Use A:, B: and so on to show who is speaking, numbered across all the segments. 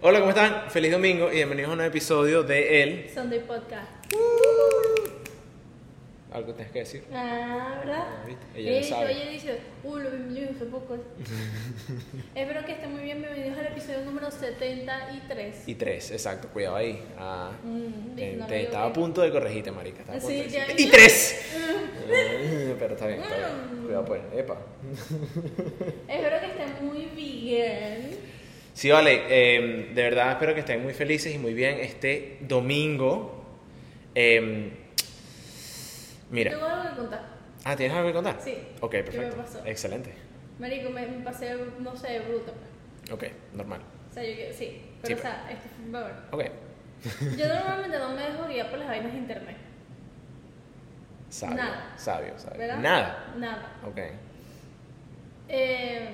A: Hola, ¿cómo están? Feliz domingo y bienvenidos a un nuevo episodio de El.
B: Sunday Podcast.
A: Algo tienes que decir.
B: Ah, ¿verdad?
A: Ah, ¿viste? Ella ya
B: Eh,
A: sabe.
B: Oye, dice, uh, lo vi yo hace poco. Espero que estén muy bien. Bienvenidos al episodio número 73.
A: Y tres, exacto, cuidado ahí. Ah,
B: Mm,
A: te,
B: no
A: te-
B: lo digo
A: estaba a
B: bien.
A: punto de corregirte, marica. estaba a
B: Sí,
A: punto de
B: ya,
A: decirte, ¡Y
B: ya.
A: tres! Ah, Pero está bien, está bien.
B: Mm.
A: Cuidado, pues. Epa.
B: Espero que estén muy bien.
A: Sí, vale, eh, de verdad espero que estén muy felices y muy bien este domingo. Eh, mira.
B: Tengo algo que contar.
A: Ah, ¿tienes algo que contar?
B: Sí.
A: Ok,
B: ¿Qué me
A: perfecto.
B: pasó?
A: Excelente.
B: Marico, me, me pasé, no sé, bruto. pues.
A: Ok, normal.
B: O sea, yo que sí. Pero,
A: Sí,
B: o sea, este, esto fue un bebé.
A: Ok.
B: Yo normalmente no me dejo guiar por las vainas de internet.
A: Sabio.
B: Nada.
A: Sabio, sabio.
B: ¿Verdad?
A: Nada.
B: Nada.
A: Ok.
B: Eh,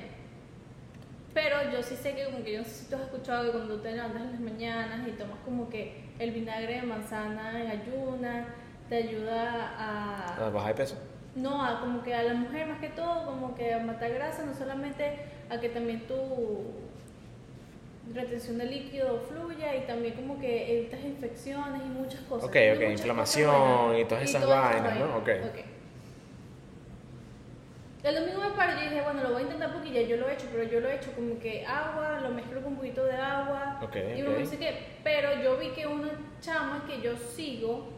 B: pero yo sí sé que como que yo no sé si tú has escuchado que cuando te levantas en las mañanas y tomas como que el vinagre de manzana en ayunas, te ayuda
A: Ah,
B: a...
A: baja de peso.
B: No, a como que a la mujer más que todo, como que a matar grasa, no solamente a que también tu retención de líquido fluya y también como que evitas infecciones y muchas cosas.
A: Ok,
B: Tiene
A: ok,
B: muchas
A: inflamación
B: cosas buenas
A: y todas esas vainas, ¿no? Ok.
B: Ok. El domingo me paré y dije, bueno, lo voy a intentar porque ya yo lo he hecho, pero yo lo he hecho como que agua, lo mezclo con un poquito de agua
A: Ok,
B: y
A: ok.
B: no sé qué. Pero yo vi que una chama que yo sigo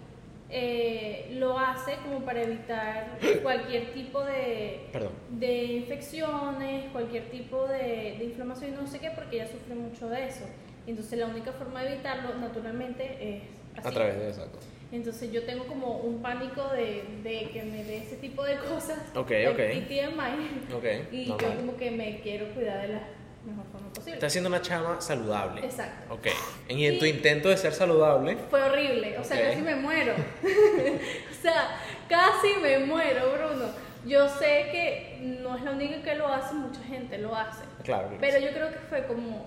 B: eh, lo hace como para evitar cualquier tipo de,
A: Perdón.
B: de infecciones, cualquier tipo de, de inflamación y no sé qué, porque ella sufre mucho de eso. Entonces la única forma de evitarlo naturalmente es así.
A: A través de eso.
B: Entonces yo tengo como un pánico de, de que me dé ese tipo de cosas.
A: Ok,
B: el
A: ok.
B: PTMI.
A: Ok,
B: Y yo
A: normal.
B: como que me quiero cuidar de la mejor forma posible.
A: Estás siendo una chama saludable.
B: Exacto.
A: Ok. Y en tu
B: Y-
A: intento de ser saludable,
B: Fue horrible, o sea,
A: Ok.
B: casi me muero. o sea, casi me muero, Bruno. Yo sé que no es la única que lo hace, mucha gente lo hace.
A: claro. que
B: Pero
A: sí.
B: yo creo que fue como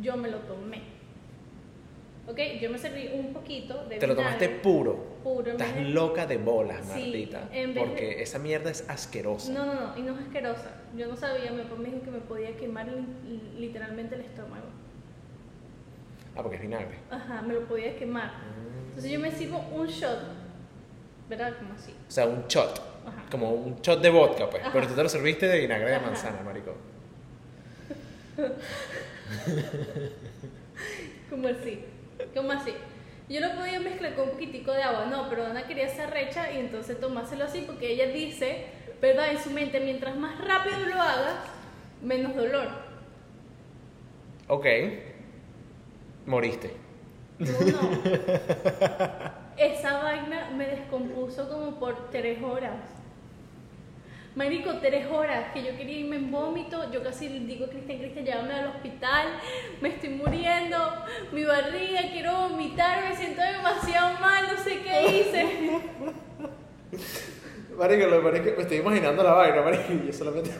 B: yo me lo tomé. ¿Ok? Yo me serví un poquito de
A: Te lo tomaste
B: vinagre
A: puro.
B: puro. en vez
A: Estás
B: de-
A: loca de bolas,
B: Sí,
A: Martita.
B: en vez de-
A: Porque esa mierda es asquerosa.
B: No, no, no, y no es asquerosa. Yo no sabía, mi papá me dijo que me podía quemar li- literalmente el estómago.
A: Ah, porque es vinagre.
B: Ajá, me lo podía quemar.
A: Mm.
B: Entonces yo me sirvo un shot, ¿verdad? Como así.
A: O sea, un shot.
B: Ajá.
A: Como un shot de vodka, pues.
B: Ajá.
A: Pero tú te lo serviste de vinagre de
B: Ajá.
A: manzana, marico.
B: Como así. Como así. Yo lo podía mezclar con un poquitico de agua. No, pero Ana quería esa recha y entonces tomárselo así porque ella dice, ¿verdad? En su mente, mientras más rápido lo hagas, menos dolor.
A: Ok. Moriste.
B: No, no. Esa vaina me descompuso como por tres horas. Marico, tres horas que yo quería irme en vómito. Yo casi le digo, Cristian, Cristian, llévame al hospital. Me estoy muriendo. Mi barriga, quiero vomitar. Me siento demasiado mal. No sé qué hice.
A: Marico, lo que me estoy imaginando la vaina, marico, y yo solamente...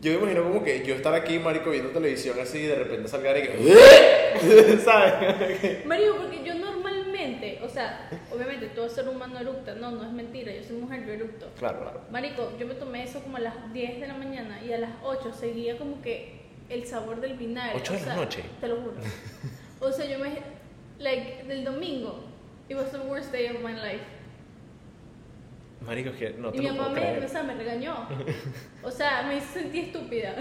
A: Yo me imagino como que yo estar aquí, marico, viendo televisión así y de repente salga y que... ¿Sabes?
B: Marico, porque yo normalmente, o sea, obviamente todo ser humano eructa. No, no es mentira. Yo soy mujer, yo eructo.
A: Claro, claro.
B: Marico, yo me tomé eso como a las 10 de la mañana y a las 8 seguía como que el sabor del vinagre.
A: ¿Ocho
B: o
A: de la
B: sea,
A: noche?
B: Te lo juro. O sea, yo me. Like, del domingo, it was the worst day of my life.
A: Marico, es que no te
B: y mi
A: lo
B: mamá
A: puedo
B: me,
A: creer.
B: o sea, me regañó. O sea, me hizo sentir estúpida.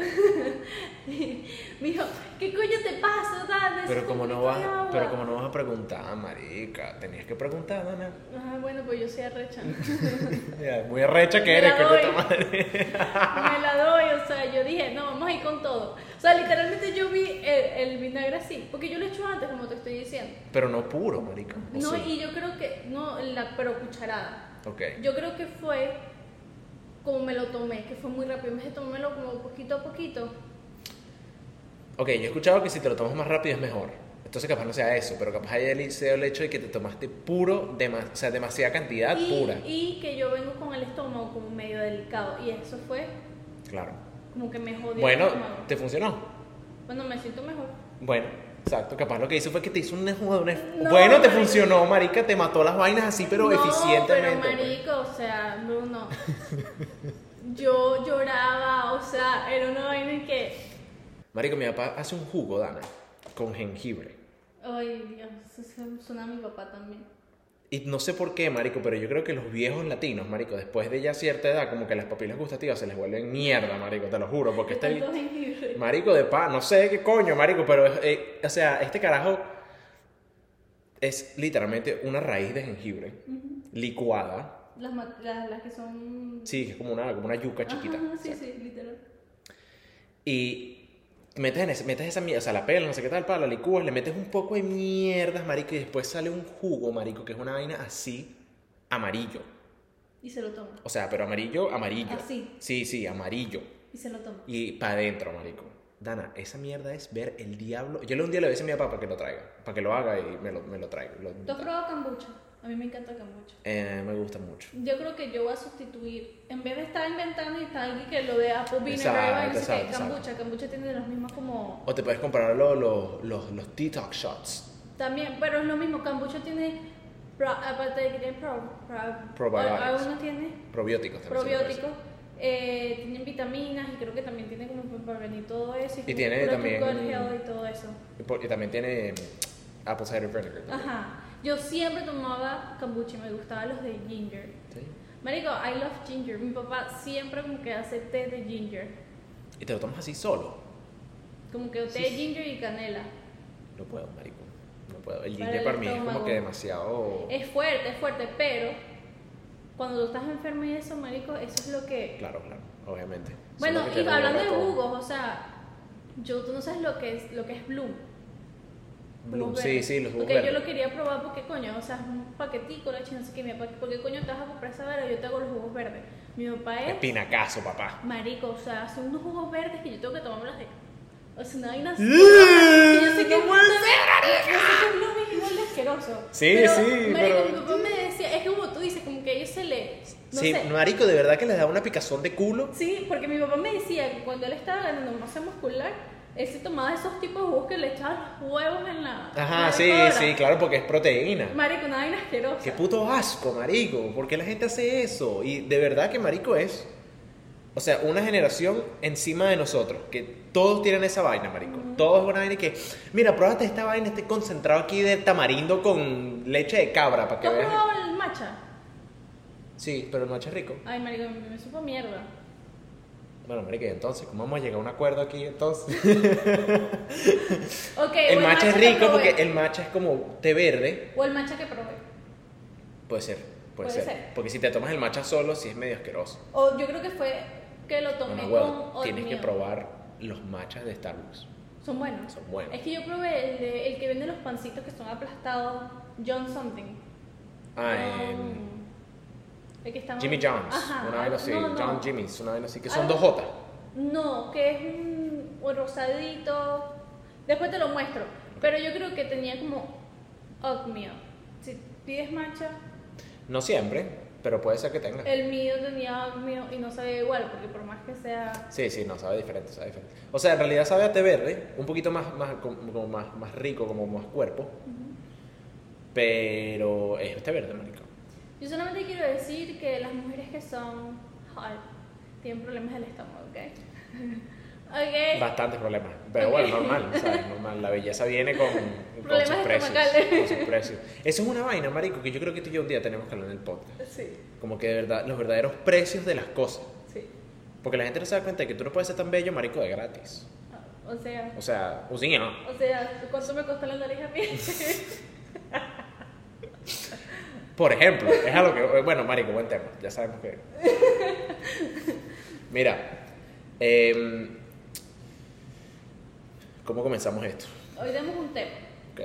B: me dijo, ¿qué coño te pasa, Dana? Eso
A: Pero
B: te
A: como no
B: pone con
A: vas,
B: agua".
A: pero como no vas a preguntar, marica, tenías que preguntar, Dana.
B: Ah, bueno, pues yo soy arrecha.
A: Ya, Muy arrecha que
B: Me
A: eres,
B: la
A: que
B: doy.
A: te tomas.
B: me la doy, o sea, yo dije, no, vamos a ir con todo. O sea, literalmente yo vi el, el vinagre así, porque yo lo he hecho antes, como te estoy diciendo.
A: Pero no puro, marica. ¿o
B: No,
A: Oh, sí? Eh.
B: y yo creo que, no, la, pero cucharada.
A: Ok.
B: Yo creo que fue como me lo tomé, que fue muy rápido. En vez de tomármelo como poquito a poquito,
A: Ok, yo he escuchado que si te lo tomas más rápido es mejor. Entonces capaz no sea eso, pero capaz haya el- sea el hecho de que te tomaste puro, dema- o sea, demasiada cantidad
B: y,
A: pura.
B: y que yo vengo con el estómago como medio delicado. Y eso fue
A: Claro.
B: como que me jodió. el
A: Bueno,
B: estómago.
A: te funcionó.
B: bueno, me siento mejor.
A: Bueno, exacto. Capaz lo que hizo fue que te hizo un jugada. una-
B: No,
A: bueno, te
B: marica.
A: funcionó, marica. Te mató las vainas así, pero
B: no,
A: eficientemente.
B: Pero
A: pues.
B: marico, o sea, Bruno. yo lloraba, o sea, era una vaina en que
A: Marico, mi papá hace un jugo, Dana, con jengibre.
B: Ay, Dios, eso suena a mi papá también.
A: Y no sé por qué, marico, pero yo creo que los viejos latinos, marico, después de ya cierta edad, como que las papilas gustativas se les vuelven mierda, marico, te lo juro, porque este...
B: Tanto jengibre.
A: Marico de pa, no sé qué coño, marico, pero, eh, o sea, este carajo es literalmente una raíz de jengibre
B: Ujú.
A: licuada.
B: Las, ma- las, las que son...
A: Sí, que es como una, como una yuca
B: Ajá,
A: chiquita.
B: sí,
A: o sea.
B: sí, literal.
A: Y metes, en ese- metes esa mierda, o sea, la pela, no sé qué tal, para la licúas, le metes un poco de mierdas, marico, y después sale un jugo, marico, que es una vaina así, amarillo.
B: Y se lo toma.
A: O sea, pero amarillo, amarillo.
B: Así.
A: Sí, sí, amarillo.
B: Y se lo toma.
A: Y para adentro, marico. Dana, esa mierda es ver el diablo. Yo le un día le voy a decir a mi papá para que lo traiga, para que lo haga y me lo, me lo traiga. Lo-
B: ¿Tú has probado kombucha? A mí me encanta el kombucha.
A: Eh, me gusta mucho.
B: Yo creo que yo voy a sustituir, en vez de estar inventando y estar aquí que lo de Apple
A: Exacto,
B: Vinegar, no sé qué,
A: exacto,
B: kombucha, kombucha tiene los mismos como...
A: O te puedes comprar los, los, los, los detox shots.
B: También, pero es lo mismo, kombucha tiene, pro- aparte de que tiene pro, pro-
A: Probiotics.
B: algunos tiene
A: Probióticos también. se le puede
B: probióticos, eh, tienen vitaminas y creo que también tiene como propaganda y todo eso.
A: Y
B: como
A: tiene
B: cura tu
A: también-
B: gut health y todo eso.
A: decir. Y, por- y también tiene mm, apple cider vinegar. también.
B: Ajá, yo siempre tomaba kombucha y me gustaban los de ginger.
A: Sí.
B: Marico, I love ginger. Mi papá siempre como que hace té de ginger.
A: Y te lo tomas así solo.
B: Como que té de ginger y canela.
A: No puedo, marico. No puedo. El
B: Para
A: ginger
B: el
A: para mí es como
B: estómago. Eh.
A: que demasiado.
B: Es fuerte, es fuerte, pero cuando tú estás enfermo y eso, marico, eso es lo que...
A: Claro, claro, obviamente.
B: Bueno,
A: Solo que
B: y
A: te
B: hablando de
A: regala todo.
B: jugos, o sea, yo, tú no sabes lo que es, lo que es Bloom.
A: Bloom,
B: Jugos
A: sí,
B: verdes.
A: sí, los jugos
B: Ok, yo
A: verdes.
B: lo quería probar porque coño, o sea, es un paquetico, la china, no sé qué, mi papá, ¿por qué coño te vas a comprar esa verga? Yo te hago los jugos verdes. Mi papá es...
A: Espinacazo, papá.
B: Marico, o sea, son unos jugos verdes que yo tengo que tomármelos de. O sea, una vaina así.
A: Yeah,
B: Yo sé que
A: no
B: es
A: puede
B: puta- yo sé que Bloom es igual de asqueroso.
A: Sí, sí,
B: Marico,
A: pero-
B: mi papá me decía, es que como tú dices, como que a ellos se le. No
A: sí,
B: sé.
A: marico, de verdad que les da una picazón de culo.
B: Sí, porque mi papá me decía que cuando él estaba ganando masa muscular, él se tomaba esos tipos de jugos que le echaban los huevos en la. en
A: Ajá,
B: la
A: sí,
B: licuadora.
A: sí, claro, porque es proteína.
B: Marico, una vaina asquerosa.
A: Qué puto asco, marico. ¿Por qué la gente hace eso? Y de verdad que marico es. O sea, una generación encima de nosotros, que todos tienen esa vaina, marico. Todos es una vaina que, mira, pruébate esta vaina, este concentrado aquí de tamarindo con leche de cabra para
B: ¿Tú
A: que
B: has
A: veas.
B: probado el matcha?
A: Sí, pero el matcha es rico.
B: Ay, marico, me supo mierda.
A: Bueno, marico, ¿y entonces, ¿cómo vamos a llegar a un acuerdo aquí entonces?
B: Ok,
A: el
B: o
A: matcha es
B: que
A: rico porque
B: probé.
A: el matcha es como té verde.
B: O el matcha que probé.
A: Puede ser, puede,
B: Puede
A: ser.
B: ser.
A: Porque si te tomas el matcha solo, sí es medio asqueroso.
B: O yo creo que fue que lo tomé
A: Mamá,
B: con
A: huevo,
B: oatmeal.
A: tienes que probar los matchas de Starbucks.
B: Son buenos.
A: Son buenos.
B: Es que yo probé el, de- el que vende los pancitos que son aplastados, John something.
A: Ah,
B: Con-
A: en
B: el que está
A: Jimmy John's,
B: Ajá.
A: una vaina así,
B: No, Ah. no.
A: John Jimmy's, una vaina así, que son
B: Algo-
A: dos J.
B: No, que es un, un rosadito. Después te lo muestro. Pero yo creo que tenía como oatmeal. Si pides matcha,
A: No siempre, pero puede ser que tenga.
B: el mío tenía oatmeal y no sabía igual, porque por más que sea.
A: Sí, sí, no, sabe diferente, sabe diferente. O sea, en realidad sabe a té verde, un poquito más, más, como, como más, más rico, como más cuerpo, pero es té verde, marico.
B: Yo solamente quiero decir que las mujeres que son hot tienen problemas del estómago, ¿ok? ok.
A: Bastantes problemas, pero
B: Ok.
A: bueno, normal, ¿sabes? Normal, la belleza viene con, con
B: Problemas
A: sus precios. Con
B: estomacales.
A: sus precios. Eso es una vaina, marico, que yo creo que tú y yo un día tenemos que hablar en el podcast.
B: Sí,
A: Como que de verdad, los verdaderos precios de las cosas.
B: sí.
A: Porque la gente no se da cuenta de que tú no puedes ser tan bello, marico, de gratis.
B: Ah, O sea,
A: O sea, un sí, no.
B: o sea, ¿cuánto me costó la nariz a mí?
A: Por ejemplo, es algo que. eh, Bueno, marico, buen tema. Ya sabemos que. Mira. em, ¿Cómo comenzamos esto?
B: Hoy damos un tema
A: Ok,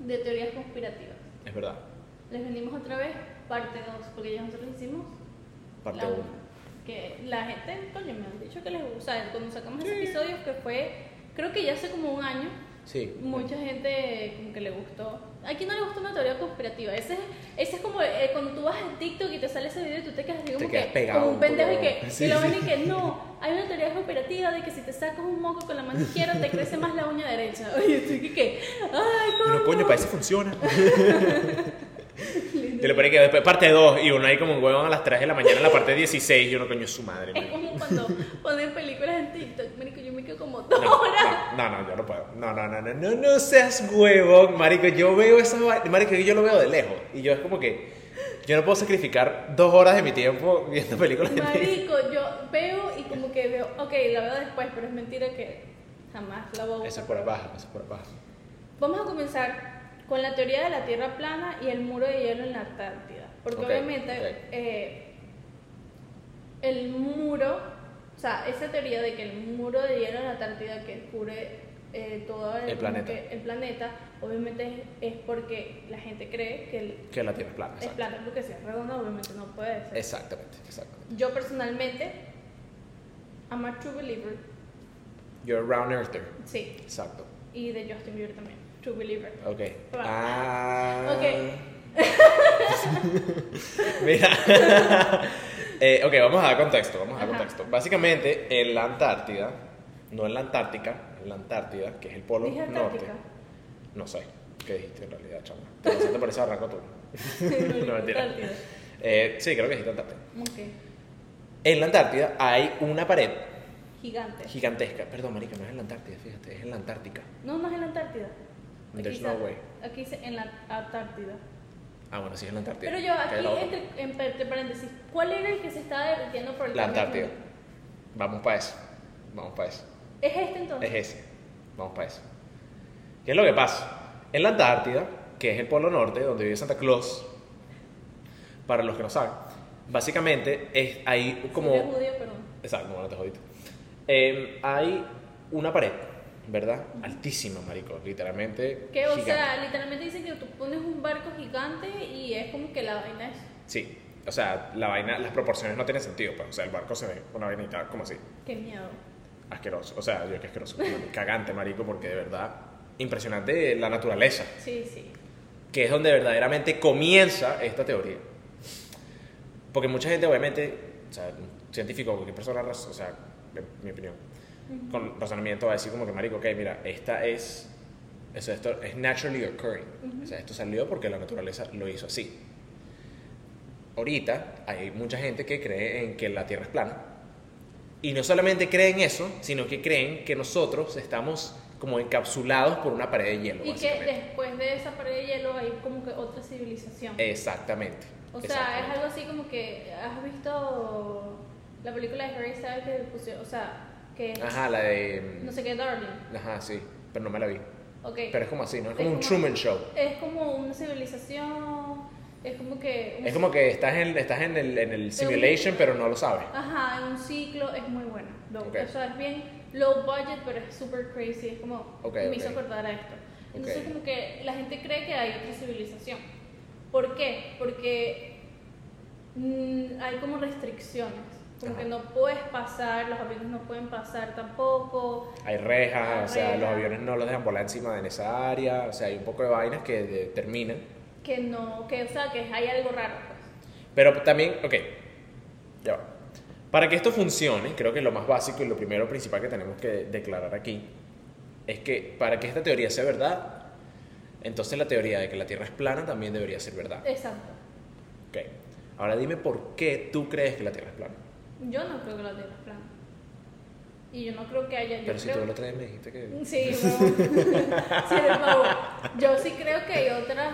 B: de teorías conspirativas.
A: es verdad.
B: Les vendimos otra vez parte 2, porque ya nosotros hicimos
A: Parte
B: la
A: 1.
B: uno. Que la gente, coño, me han dicho que les gusta. Cuando sacamos ese episodio, que fue, creo que ya hace como un año,
A: Sí.
B: mucha gente como que le gustó. ¿A quién no le gusta una teoría conspirativa? Ese, es- ese es como eh, cuando tú vas en TikTok y te sale ese video y tú te quedas así como,
A: quedas
B: que,
A: pegado,
B: como un pendejo y
A: pegado.
B: que
A: Sí,
B: y lo
A: sí.
B: ven y que no, hay una teoría conspirativa de que si te sacas un moco con la mano izquierda te crece más la uña derecha. Oye, tú que, que ay,
A: Pero
B: coño.
A: coño, para eso funciona. Te lo paré que después parte 2 y uno ahí como un huevón a las 3 de la mañana en la parte 16 y uno coño su madre.
B: Es
A: marico.
B: como un cuando ponen películas en TikTok, marico, yo me quedo como
A: No,
B: dos horas.
A: no, no, no, yo no puedo. No, no, no, no, no, no seas huevón, marico. Yo veo esa vaina, marico, yo lo veo de lejos. Y yo es como que, yo no puedo sacrificar dos horas de mi tiempo viendo películas en TikTok.
B: Marico, yo veo y como que veo, ok, la veo después, pero es mentira que jamás la voy a
A: Eso es
B: buscar.
A: por abajo, eso es por abajo.
B: Vamos a comenzar con la teoría de la Tierra plana y el muro de hielo en la Antártida. Porque
A: Ok,
B: obviamente
A: ok.
B: eh, el muro, o sea, esa teoría de que el muro de hielo en la Antártida que cubre eh, todo
A: El planeta.
B: como que el planeta, obviamente es, es porque la gente cree que el-
A: Que la tierra es plana.
B: es
A: exacto.
B: plano, porque si es redondo, obviamente no puede ser.
A: Exactamente, exacto.
B: Yo personalmente, I'm a true believer,
A: You're a round earther.
B: sí,
A: Exacto.
B: y de Justin Bieber también, true believer.
A: Ok.
B: Va.
A: Ah.
B: Ok.
A: Mira. Eh, ok, vamos a dar contexto, vamos a dar
B: Ajá.
A: contexto. Básicamente, en la Antártida, no en la Antártica, en la Antártida, que es el polo
B: Dije
A: norte.
B: Antártica.
A: No sé qué dijiste en realidad, chama. Te pasaste por ese barranco tú. No, mentira.
B: Antártida.
A: Eh, sí, creo que dijiste Antártida.
B: Ok.
A: En la Antártida hay una pared
B: Gigante.
A: gigantesca. Perdón, marica, no es en la Antártida, fíjate, es en la Antártica.
B: No, no es en la Antártida.
A: There's
B: está-
A: no way.
B: Aquí dice en la Antártida.
A: Ah, bueno, sí es en la Antártida.
B: Pero yo
A: que es
B: aquí,
A: la otra.
B: entre, en- entre paréntesis, ¿cuál era el que se estaba derritiendo por el
A: La
B: cambio
A: Antártida.
B: climático?
A: Vamos para eso. Vamos para eso.
B: ¿Es este entonces?
A: Es ese. Vamos para eso. ¿Qué es lo que pasa? En la Antártida, que es el polo norte, donde vive Santa Claus, para los que no saben, básicamente es ahí como...
B: Sí, es judío, perdón.
A: Exacto, bueno, te jodiste. Eh, hay una pared, ¿verdad? Altísima, marico, literalmente.
B: Que, o
A: gigante.
B: sea, literalmente dicen que tú pones un barco gigante y es como que la vaina es
A: Sí, o sea, la vaina, las proporciones no tienen sentido, pues, o sea, el barco se ve una vainita como así.
B: Qué miedo.
A: asqueroso. O sea, yo que asqueroso. Cagante, marico, porque de verdad, impresionante la naturaleza,
B: Sí, sí.
A: que es donde verdaderamente comienza esta teoría. Porque mucha gente, obviamente, o sea, un científico, cualquier persona, raz- o sea, en mi opinión, con razonamiento va a decir como que, marico, ok, mira, esta es, o sea, esto es naturally occurring. O sea, esto salió porque la naturaleza lo hizo así. Ahorita hay mucha gente que cree en que la Tierra es plana. Y no solamente creen eso, sino que creen que nosotros estamos como encapsulados por una pared de hielo.
B: Y que
A: básicamente.
B: después de esa pared de hielo hay como que otra
A: Eh,
B: civilización.
A: Exactamente.
B: o sea, es
A: exactamente.
B: algo así como que has visto la película de Harry Styles que pusieron, o sea, que es
A: Ajá, la de... mm,
B: no sé qué Darling.
A: Ajá, sí, pero no me la vi.
B: Ok.
A: Pero es como así, ¿no? Es como
B: Es
A: un
B: como-
A: Truman Show.
B: es como una civilización, es como que un-
A: Es como que estás en, estás en, el, en el simulation, pero no lo sabes.
B: ajá, en un ciclo es muy bueno. Lo-
A: Ok.
B: O sea, es bien low budget, pero es super crazy, es como
A: Ok,
B: me
A: ok.
B: hizo acordar a esto. Entonces
A: Ok.
B: como que la gente cree que hay otra civilización. ¿Por qué? Porque mm, hay como restricciones, como
A: Ajá.
B: que no puedes pasar, los aviones no pueden pasar tampoco.
A: Hay rejas,
B: Hay
A: o sea, los
B: rejas.
A: aviones no los dejan volar encima de esa área, o sea, hay un poco de vainas que determinan.
B: que no, que o sea, que hay algo raro. pues.
A: Pero también, ok, ya va. Para que esto funcione, creo que lo más básico y lo primero principal que tenemos que declarar aquí es que para que esta teoría sea verdad, entonces la teoría de que la Tierra es plana también debería ser verdad.
B: Exacto.
A: Ok, ahora dime por qué tú crees que la Tierra es plana.
B: Yo no creo que la Tierra es plana. Y yo no creo que haya. Yo
A: Pero si
B: creo- Mm,
A: tú lo traes, me dijiste que...
B: Sí, huevón. Sí, de nuevo. Yo sí creo que hay otras.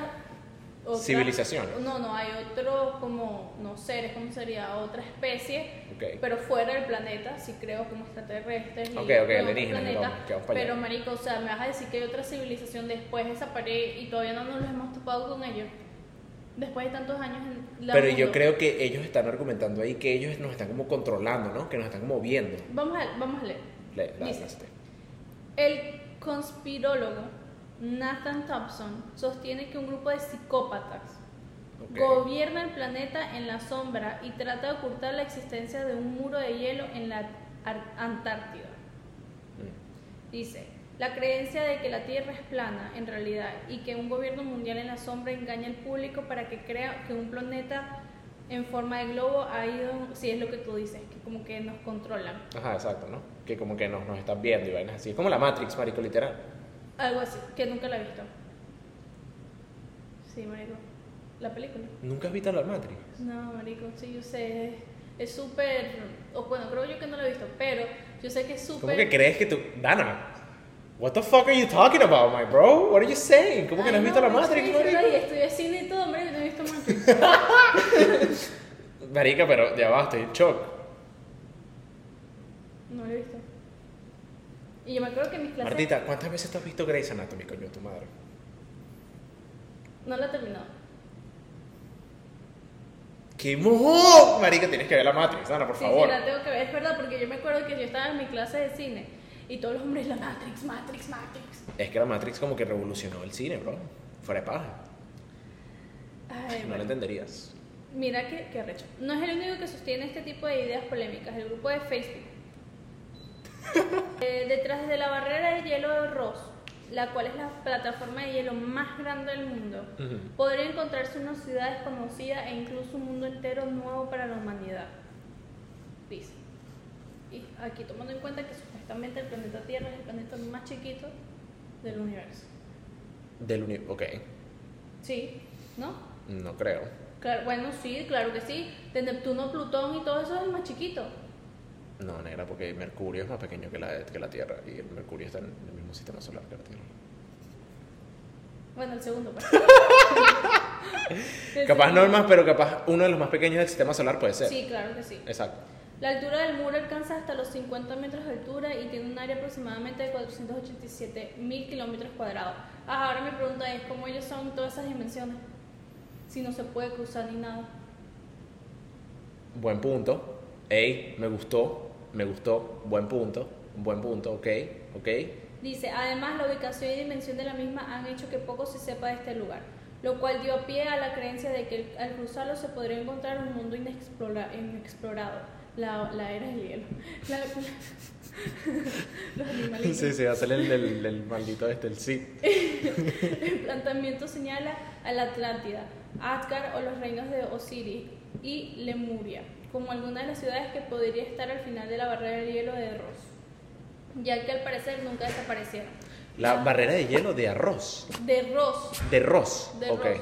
B: otras-
A: Civilizaciones.
B: No, no, hay otro como, no seres, ¿cómo sería? Otra especie,
A: Ok,
B: pero fuera del planeta, sí creo como extraterrestres. y
A: Ok, ok,
B: de otro
A: alienígenas,
B: planeta.
A: vamos, que vamos para allá.
B: Pero, marico, o sea, me vas a decir que hay otra civilización después de esa pared y todavía no nos hemos topado con ellos. Después de tantos años en la
A: pero yo
B: mundo.
A: creo que ellos están argumentando ahí que ellos nos están como controlando, ¿no? Que nos están como viendo.
B: Vamos a, vamos a leer.
A: Le- la-
B: Dice.
A: la- este.
B: El conspirólogo Nathan Thompson sostiene que un grupo de psicópatas
A: Ok.
B: gobierna el planeta en la sombra y trata de ocultar la existencia de un muro de hielo en la Ar- Antártida.
A: Mm.
B: Dice, la creencia de que la Tierra es plana en realidad y que un gobierno mundial en la sombra engaña al público para que crea que un planeta en forma de globo ha ido, si es lo que tú dices, que como que nos controlan,
A: Ajá, exacto, ¿no? Que como que nos, nos están viendo y vainas así. Es como la Matrix, marico, literal.
B: algo así, que nunca la he visto. Sí, marico, la película.
A: ¿Nunca has visto la Matrix?
B: No, marico, sí, yo sé. es súper, o bueno, creo yo que no lo he visto, pero yo sé que es súper...
A: ¿Cómo que crees que tú.? Dana, what the fuck are you talking about, my bro? What are you saying? ¿Cómo que no has visto la Matrix,
B: marico?
A: marica?
B: Estudié cine y todo, hombre, yo no he visto Matrix.
A: Marica, pero ya va, estoy en shock.
B: No lo he visto. Y yo me acuerdo que mis clases...
A: Martita, ¿cuántas veces tú has visto Grey's Anatomy, coño, tu madre?
B: No la he terminado.
A: ¡Qué mojón! Marica, tienes que ver la Matrix, Dana, por
B: Sí,
A: favor.
B: sí, la tengo que ver. Es verdad, porque yo me acuerdo que yo estaba en mi clase de cine y todos los hombres, la Matrix, Matrix, Matrix.
A: Es que la Matrix como que revolucionó el cine, bro. Fuera de paja.
B: Ay,
A: No lo
B: bueno.
A: entenderías.
B: Mira qué, qué arrecho. No es el único que sostiene este tipo de ideas polémicas, el grupo de Facebook. Eh, detrás de la barrera de hielo de Ross, la cual es la plataforma de hielo más grande del mundo,
A: Ujú.
B: podría encontrarse una ciudad desconocida e incluso un mundo entero nuevo para la humanidad. Dice. Y aquí tomando en cuenta que supuestamente el planeta Tierra es el planeta más chiquito del universo.
A: Del uni... Ok,
B: Sí, ¿no?
A: no creo.
B: Claro, bueno, sí, claro que sí. De Neptuno, Plutón y todo eso es el más chiquito.
A: No, negra, porque Mercurio es más pequeño que la, que la Tierra y el Mercurio está en el mismo sistema solar que la Tierra.
B: Bueno, el segundo. pues. El
A: Capaz no
B: segundo.
A: el más, pero capaz uno de los más pequeños del sistema solar puede ser.
B: Sí, claro que sí.
A: Exacto.
B: La altura del muro alcanza hasta los 50 metros de altura y tiene un área aproximadamente de 487 mil kilómetros cuadrados. Ah, ahora mi pregunta es, ¿cómo ellos son todas esas dimensiones? Si no se puede cruzar ni nada.
A: Buen punto. Ey, me gustó, me gustó. Buen punto, buen punto, ok, ok.
B: Dice, además la ubicación y dimensión de la misma han hecho que poco se sepa de este lugar, lo cual dio pie a la creencia de que al cruzarlo se podría encontrar un mundo inexplora- inexplorado, la, la era del hielo. La- los animalitos.
A: Sí, sí, va a ser el, el- el maldito este, el sí.
B: El planteamiento señala a la Atlántida, Asgard o los reinos de Osiris y Lemuria, como algunas de las ciudades que podría estar al final de la barrera del hielo de Ross, ya que al parecer nunca desaparecieron.
A: La barrera de hielo de arroz.
B: De Ross.
A: De Ross.
B: De
A: ok.
B: Ross.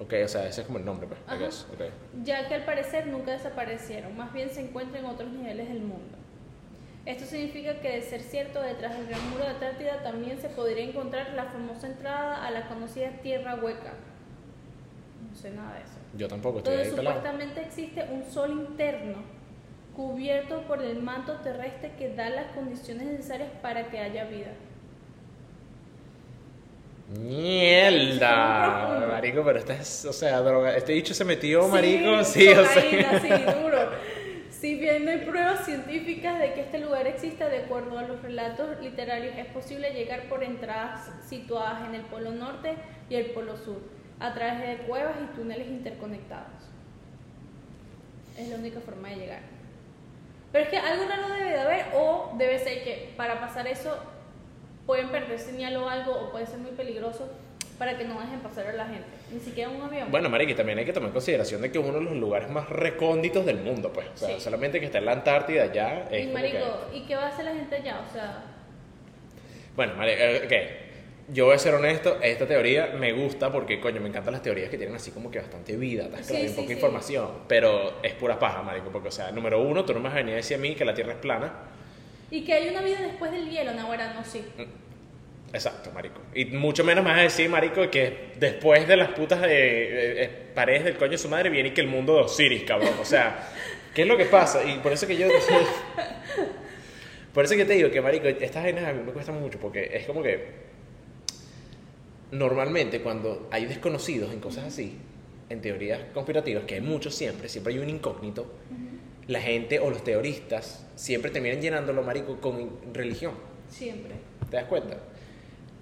A: Ok, o sea, ese es como el nombre, pues. I
B: Ajá.
A: guess, ok.
B: ya que al parecer nunca desaparecieron, más bien se encuentran en otros niveles del mundo. Esto significa que de ser cierto, detrás del gran muro de Atlántida también se podría encontrar la famosa entrada a la conocida Tierra Hueca. No sé nada de eso.
A: Yo tampoco estoy
B: Donde
A: ahí pelado.
B: supuestamente existe un sol interno cubierto por el manto terrestre que da las condiciones necesarias para que haya vida. Eso es muy
A: ¡Mierda!
B: profundo.
A: Marico, pero esta es, o sea, droga. Este dicho se metió,
B: Sí,
A: marico. Sí, o sea.
B: cocaína, sí, duro. Si bien no hay pruebas científicas de que este lugar exista, de acuerdo a los relatos literarios, es posible llegar por entradas situadas en el polo norte y el polo sur, a través de cuevas y túneles interconectados. Es la única forma de llegar. Pero es que algo raro debe de haber, o debe ser que para pasar eso pueden perder señal o algo, o puede ser muy peligroso para que no dejen pasar a la gente, ni siquiera un avión.
A: Bueno, marico, y también hay que tomar en consideración de que es uno de los lugares más recónditos del mundo, pues. O sea,
B: Sí.
A: solamente que está en la Antártida ya. Es
B: y
A: como que-
B: marico, ¿y qué va a hacer la gente allá? O sea,
A: Bueno, marico, eh, ok. Yo voy a ser honesto, esta teoría me gusta porque, coño, me encantan las teorías que tienen así como que bastante vida, estás
B: Sí,
A: claro, y un
B: sí,
A: poco de
B: sí.
A: información, pero es pura paja, marico, porque, o sea, número uno, tú no me has venido a decir a mí que la Tierra es plana,
B: y que hay una vida después del hielo, Nahuara, no sí.
A: Exacto, marico. Y mucho menos me vas a decir, marico, que después de las putas de, de- de paredes del coño de su madre viene y que el mundo de Osiris, cabrón. O sea, ¿qué es lo que pasa? Y por eso que yo... por eso que te digo que, marico, estas vainas a mí me cuestan mucho porque es como que... Normalmente cuando hay desconocidos en cosas así, en teorías conspirativas, que hay muchos siempre, siempre hay un incógnito, la gente o los teoristas siempre terminan llenándolo, marico, con religión.
B: Siempre.
A: ¿Te das cuenta?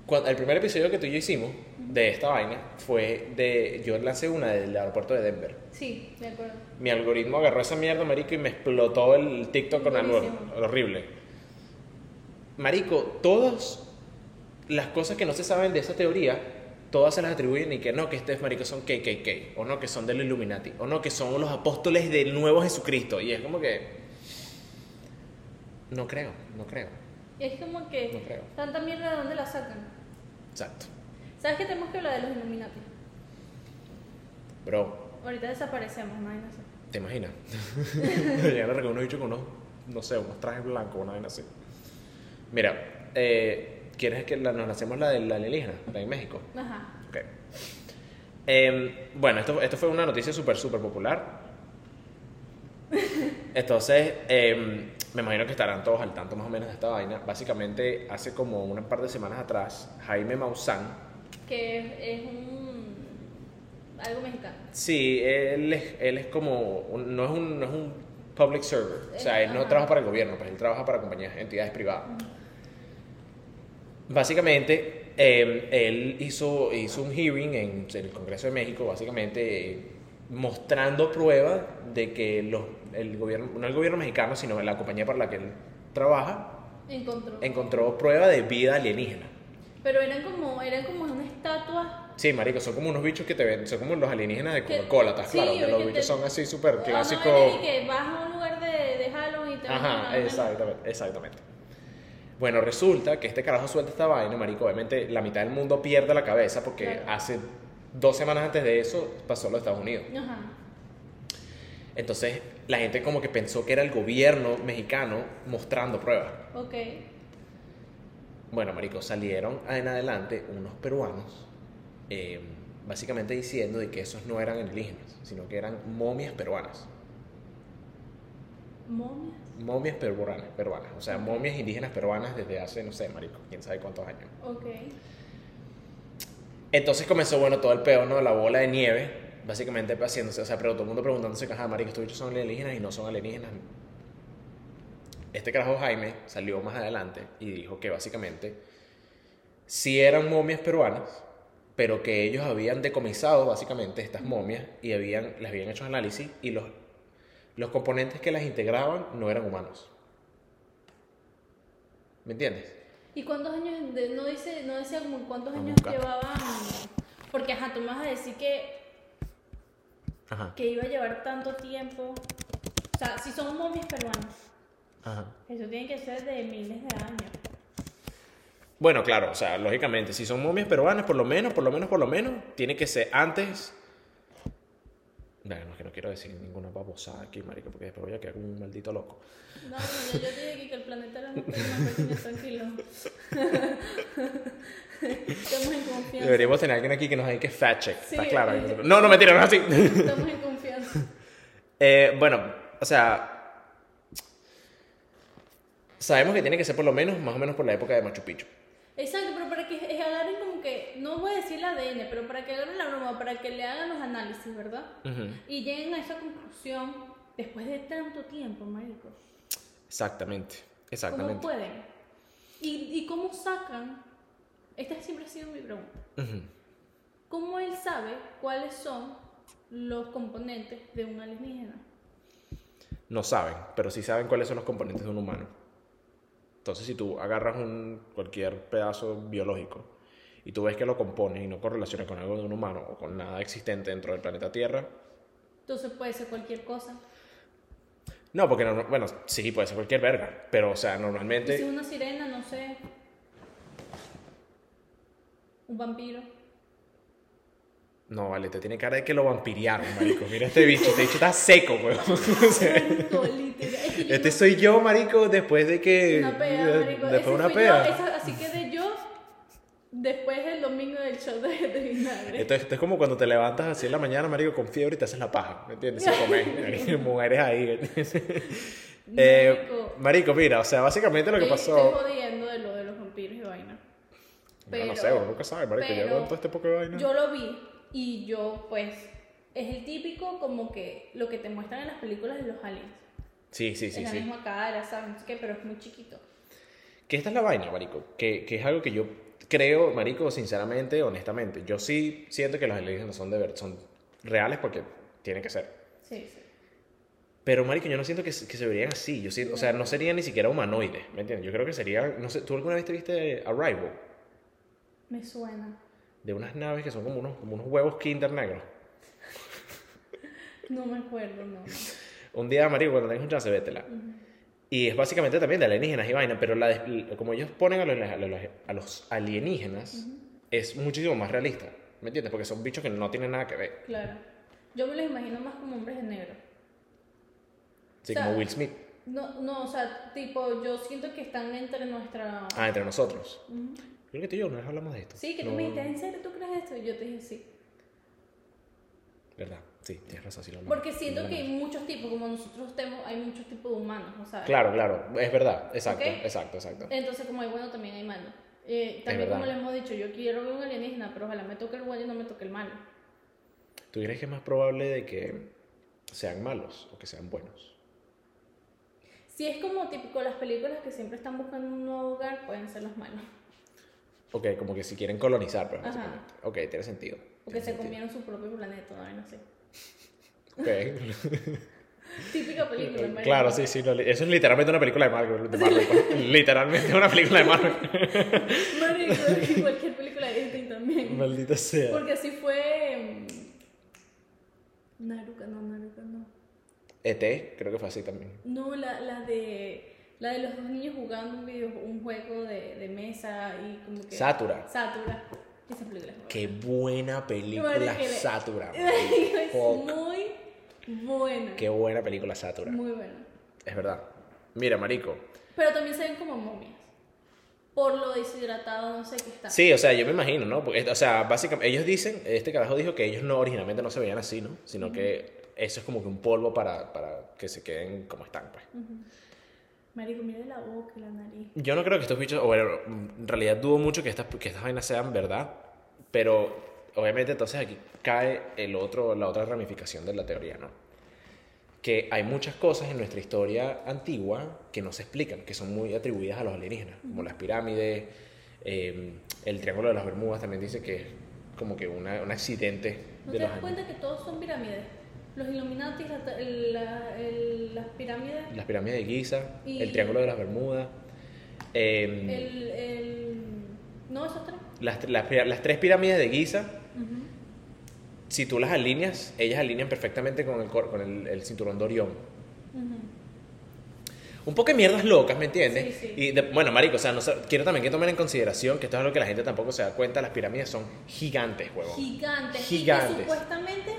A: Cuando, el primer episodio que tú y yo hicimos de esta vaina fue de. Yo lancé una del aeropuerto de Denver.
B: Sí, de acuerdo.
A: Mi algoritmo agarró esa mierda, marico, y me explotó el TikTok con algo
B: Buenísimo.
A: horrible. Marico, todas las cosas que no se saben de esa teoría, todas se las atribuyen y que no, que estos maricos son KKK, o no, que son del Illuminati, o no, que son los apóstoles del nuevo Jesucristo. Y es como que. No creo, no creo.
B: Y es como que
A: No creo.
B: tanta mierda de dónde la sacan.
A: Exacto.
B: ¿Sabes que tenemos que hablar de los Illuminati?
A: Bro,
B: Ahorita desaparecemos, no hay nada.
A: ¿Te imaginas? Llegar a recoger unos bichos con unos, no sé, unos trajes blancos, una vaina así. Mira, eh, ¿quieres que la- nos hacemos la de la alienígena, la de México?
B: Ajá.
A: Ok. Em, bueno, esto, esto fue una noticia súper, súper popular. Entonces, em, me imagino que estarán todos al tanto más o menos de esta vaina. Básicamente, hace como un par de semanas atrás, Jaime Maussan,
B: Que es, es un. algo mexicano.
A: sí, él es, él es como, un- no, es un, no es un public server, o sea, él no
B: Ajá.
A: trabaja para el gobierno, pues él trabaja para compañías, entidades privadas. Básicamente, eh, él hizo, hizo un hearing en el Congreso de México, básicamente eh, mostrando prueba de que los, el gobierno, no el gobierno mexicano, sino la compañía para la que él trabaja,
B: Encontró.
A: encontró prueba de vida alienígena.
B: Pero eran como, eran como una estatua.
A: Sí, marico, son como unos bichos que te ven, son como los alienígenas de Coca-Cola, ¿estás
B: Sí,
A: claro? Que los
B: que te-
A: bichos son así súper clásicos.
B: Y que vas a un lugar de, de Halloween y te van a
A: Ajá,
B: dar una-
A: exactamente, exactamente. Bueno, resulta que este carajo suelta esta vaina, marico. Obviamente, la mitad del mundo pierde la cabeza porque
B: Claro.
A: hace dos semanas antes de eso pasó en los Estados Unidos.
B: Ajá.
A: Entonces, la gente como que pensó que era el gobierno mexicano mostrando pruebas.
B: Ok.
A: Bueno, marico, salieron en adelante unos peruanos eh, básicamente diciendo de que esos no eran alienígenas, sino que eran momias peruanas.
B: Momias.
A: Momias peruanas, peruanas. O sea, momias indígenas peruanas desde hace, no sé, marico, quién sabe cuántos años.
B: Ok.
A: Entonces comenzó, bueno, todo el peor, ¿no? La bola de nieve, básicamente haciéndose, o sea, pero todo el mundo preguntándose, ajá, marico, estos bichos son alienígenas y no son alienígenas. Este carajo Jaime salió más adelante y dijo que básicamente sí eran momias peruanas, pero que ellos habían decomisado básicamente estas momias y habían, les habían hecho análisis y los, los componentes que las integraban no eran humanos. ¿Me entiendes?
B: ¿Y cuántos años? de- no, dice, no decía como cuántos
A: Vamos
B: años
A: a buscar.
B: llevaban. Porque, ajá, tú me vas a decir que
A: Ajá,
B: que iba a llevar tanto tiempo. O sea, si son momias peruanas,
A: ajá.
B: eso tiene que ser de miles de años.
A: Bueno, claro, o sea, lógicamente, si son momias peruanas, por lo menos, por lo menos, por lo menos, tiene que ser antes. Bueno, no, que no quiero decir ninguna babosada aquí, marico, porque después voy a quedar como un maldito loco.
B: No, no, yo, yo te digo que el planeta era más pequeño, tranquilo. Estamos en confianza.
A: Deberíamos tener alguien aquí que nos diga que fact check, ¿está
B: Sí.
A: claro? No, no, mentira, no es así.
B: Estamos en confianza.
A: Eh, bueno, o sea, sabemos que tiene que ser por lo menos, más o menos por la época de Machu Picchu.
B: Exacto, pero para que eh, agarren como que, no voy a decir el ADN, pero para que agarren la broma, para que le hagan los análisis, ¿verdad?
A: Ujú.
B: Y lleguen a esa conclusión después de tanto tiempo, marico.
A: Exactamente,
B: ¿Cómo
A: exactamente.
B: pueden? ¿Y, y cómo sacan? Esta siempre ha sido mi pregunta.
A: Ujú.
B: ¿Cómo él sabe cuáles son los componentes de un alienígena?
A: no saben, pero sí saben cuáles son los componentes de un humano. Entonces, si tú agarras un, cualquier pedazo biológico y tú ves que lo compones y no correlaciona con algo de un humano o con nada existente dentro del planeta Tierra,
B: Entonces puede ser cualquier cosa.
A: no, porque, no, bueno, sí, puede ser cualquier verga, pero, o sea,
B: Y Si
A: normalmente,
B: una sirena, no sé. Un vampiro.
A: no, vale, te tiene cara de que lo vampiriaron, marico. Mira este bicho, este bicho está seco, weón. O sea,
B: Marico, literal. Es que yo
A: este
B: no-
A: soy yo, marico, después de que...
B: una pea, marico.
A: Después
B: Ese
A: de una
B: fui yo,
A: pea.
B: esa- así que de yo, después del domingo del show de, de vinagre.
A: Esto, es- esto es como cuando te levantas así en la mañana, marico, con fiebre y te haces la paja, ¿me entiendes? Sin comer, mujeres ahí. ¿me entiendes? Eh,
B: Marico. Este
A: marico, mira, o sea, básicamente lo que
B: Estoy- Estoy
A: pasó...
B: jodiendo de lo de los vampiros y vaina.
A: Bueno, no
B: pero-
A: sé, uno nunca sabe, marico, yo
B: pero
A: veo todo este poco de vaina.
B: Yo lo vi y yo, pues, es el típico como que lo que te muestran en las películas de los aliens.
A: Sí, sí, sí,
B: es la
A: sí.
B: misma cara, ¿sabes? No sé qué, pero es muy chiquito.
A: Que esta es la vaina, marico, que, que es algo que yo creo, marico, sinceramente, honestamente. Yo sí siento que los alienígenas son de ver, son reales porque tienen que ser.
B: Sí, sí.
A: Pero, marico, yo no siento que, se- que se verían así. Yo siento, o sea, no serían ni siquiera humanoides, ¿me entiendes? Yo creo que serían... No sé, ¿tú alguna vez te viste Arrival?
B: Me suena.
A: de unas naves que son como unos, como unos huevos kinder negros.
B: No me acuerdo, no.
A: Un día, marico, cuando tengas un chance, vétela. Y es básicamente también de alienígenas y vaina, pero la des- como ellos ponen a los, a los- a los alienígenas, es muchísimo más realista, ¿me entiendes? Porque son bichos que no tienen nada que ver.
B: Claro. Yo me los imagino más como hombres de negro.
A: Sí,
B: O sea,
A: como Will Smith.
B: No, no, o sea, tipo, yo siento que están entre nuestra...
A: Ah, entre nosotros.
B: Ujú.
A: Creo que tú y yo una vez hablamos de esto.
B: Sí, que tú
A: No-
B: me dijiste, ¿en serio tú crees esto? Y yo te dije, sí.
A: Verdad, sí, tienes razón, sí lo hablamos.
B: Porque siento
A: Lo
B: que hay
A: hablamos.
B: muchos tipos, como nosotros tenemos, hay muchos tipos de humanos, o sea...
A: Claro, claro, es verdad, exacto,
B: Ok.
A: exacto, exacto.
B: Entonces, como hay bueno, también hay malo. Eh, también,
A: verdad.
B: como les hemos dicho, yo quiero ver un alienígena, pero ojalá me toque el bueno y no me toque el malo.
A: ¿Tú crees que es más probable de que sean malos o que sean buenos?
B: Si es como típico las películas que siempre están buscando un nuevo hogar, pueden ser los malos.
A: Ok, como que si quieren colonizar, pero
B: Ajá.
A: básicamente. Ok, tiene sentido. tiene
B: Porque se
A: sentido.
B: comieron su propio planeta, no, no sé.
A: Ok.
B: Típica película, en verdad.
A: claro, sí, sí. lo li- eso es literalmente una película de Marvel. de Marvel, pues. literalmente una película de Marvel.
B: Marico, cualquier película de Disney también.
A: Maldita sea.
B: Porque así fue. mm, Naruka, no, Naruka, no.
A: ET, E creo que fue así también.
B: No, la, la de. La de los dos niños jugando un, video, un juego de, de mesa y como que.
A: Satura.
B: Satura. Esa película es buena.
A: Qué buena película
B: Mariquera.
A: Satura.
B: Es
A: Fuck.
B: muy buena.
A: Qué buena película Satura.
B: Muy buena.
A: Es verdad. Mira, marico.
B: Pero también se ven como momias. Por lo deshidratado, no sé qué está.
A: Sí, o sea, yo me imagino, ¿no? Porque, o sea, básicamente, ellos dicen, este carajo dijo que ellos no originalmente no se veían así, ¿no? Sino que eso es como que un polvo para, para que se queden como están, pues.
B: Marico, mira la boca y la nariz.
A: Yo no creo que estos bichos, o bueno, en realidad dudo mucho que estas, que estas vainas sean verdad, pero obviamente entonces aquí cae el otro, la otra ramificación de la teoría, ¿no? Que hay muchas cosas en nuestra historia antigua que no se explican, que son muy atribuidas a los alienígenas, como las pirámides, eh, el Triángulo de las Bermudas también dice que es como que una- un accidente
B: ¿No
A: de
B: te
A: los
B: das
A: años.
B: cuenta que todos son pirámides? Los Illuminati, la- la- el- las pirámides,
A: Las pirámides de Giza,
B: Y-
A: el Triángulo de las Bermudas, em,
B: el, el. No, esos tres.
A: las, tre- las pira- las tres pirámides de Giza,
B: Ujú.
A: si tú las alineas, ellas alinean perfectamente con el, cor- con el, el cinturón de Orión.
B: Ujú.
A: Un poco de mierdas locas, ¿me entiendes?
B: Sí, sí.
A: Y de- bueno, marico, o sea, no sé, quiero también que tomen en consideración que esto es algo que la gente tampoco se da cuenta, las pirámides son gigantes, huevón.
B: Gigantes. y que
A: Gigantes.
B: supuestamente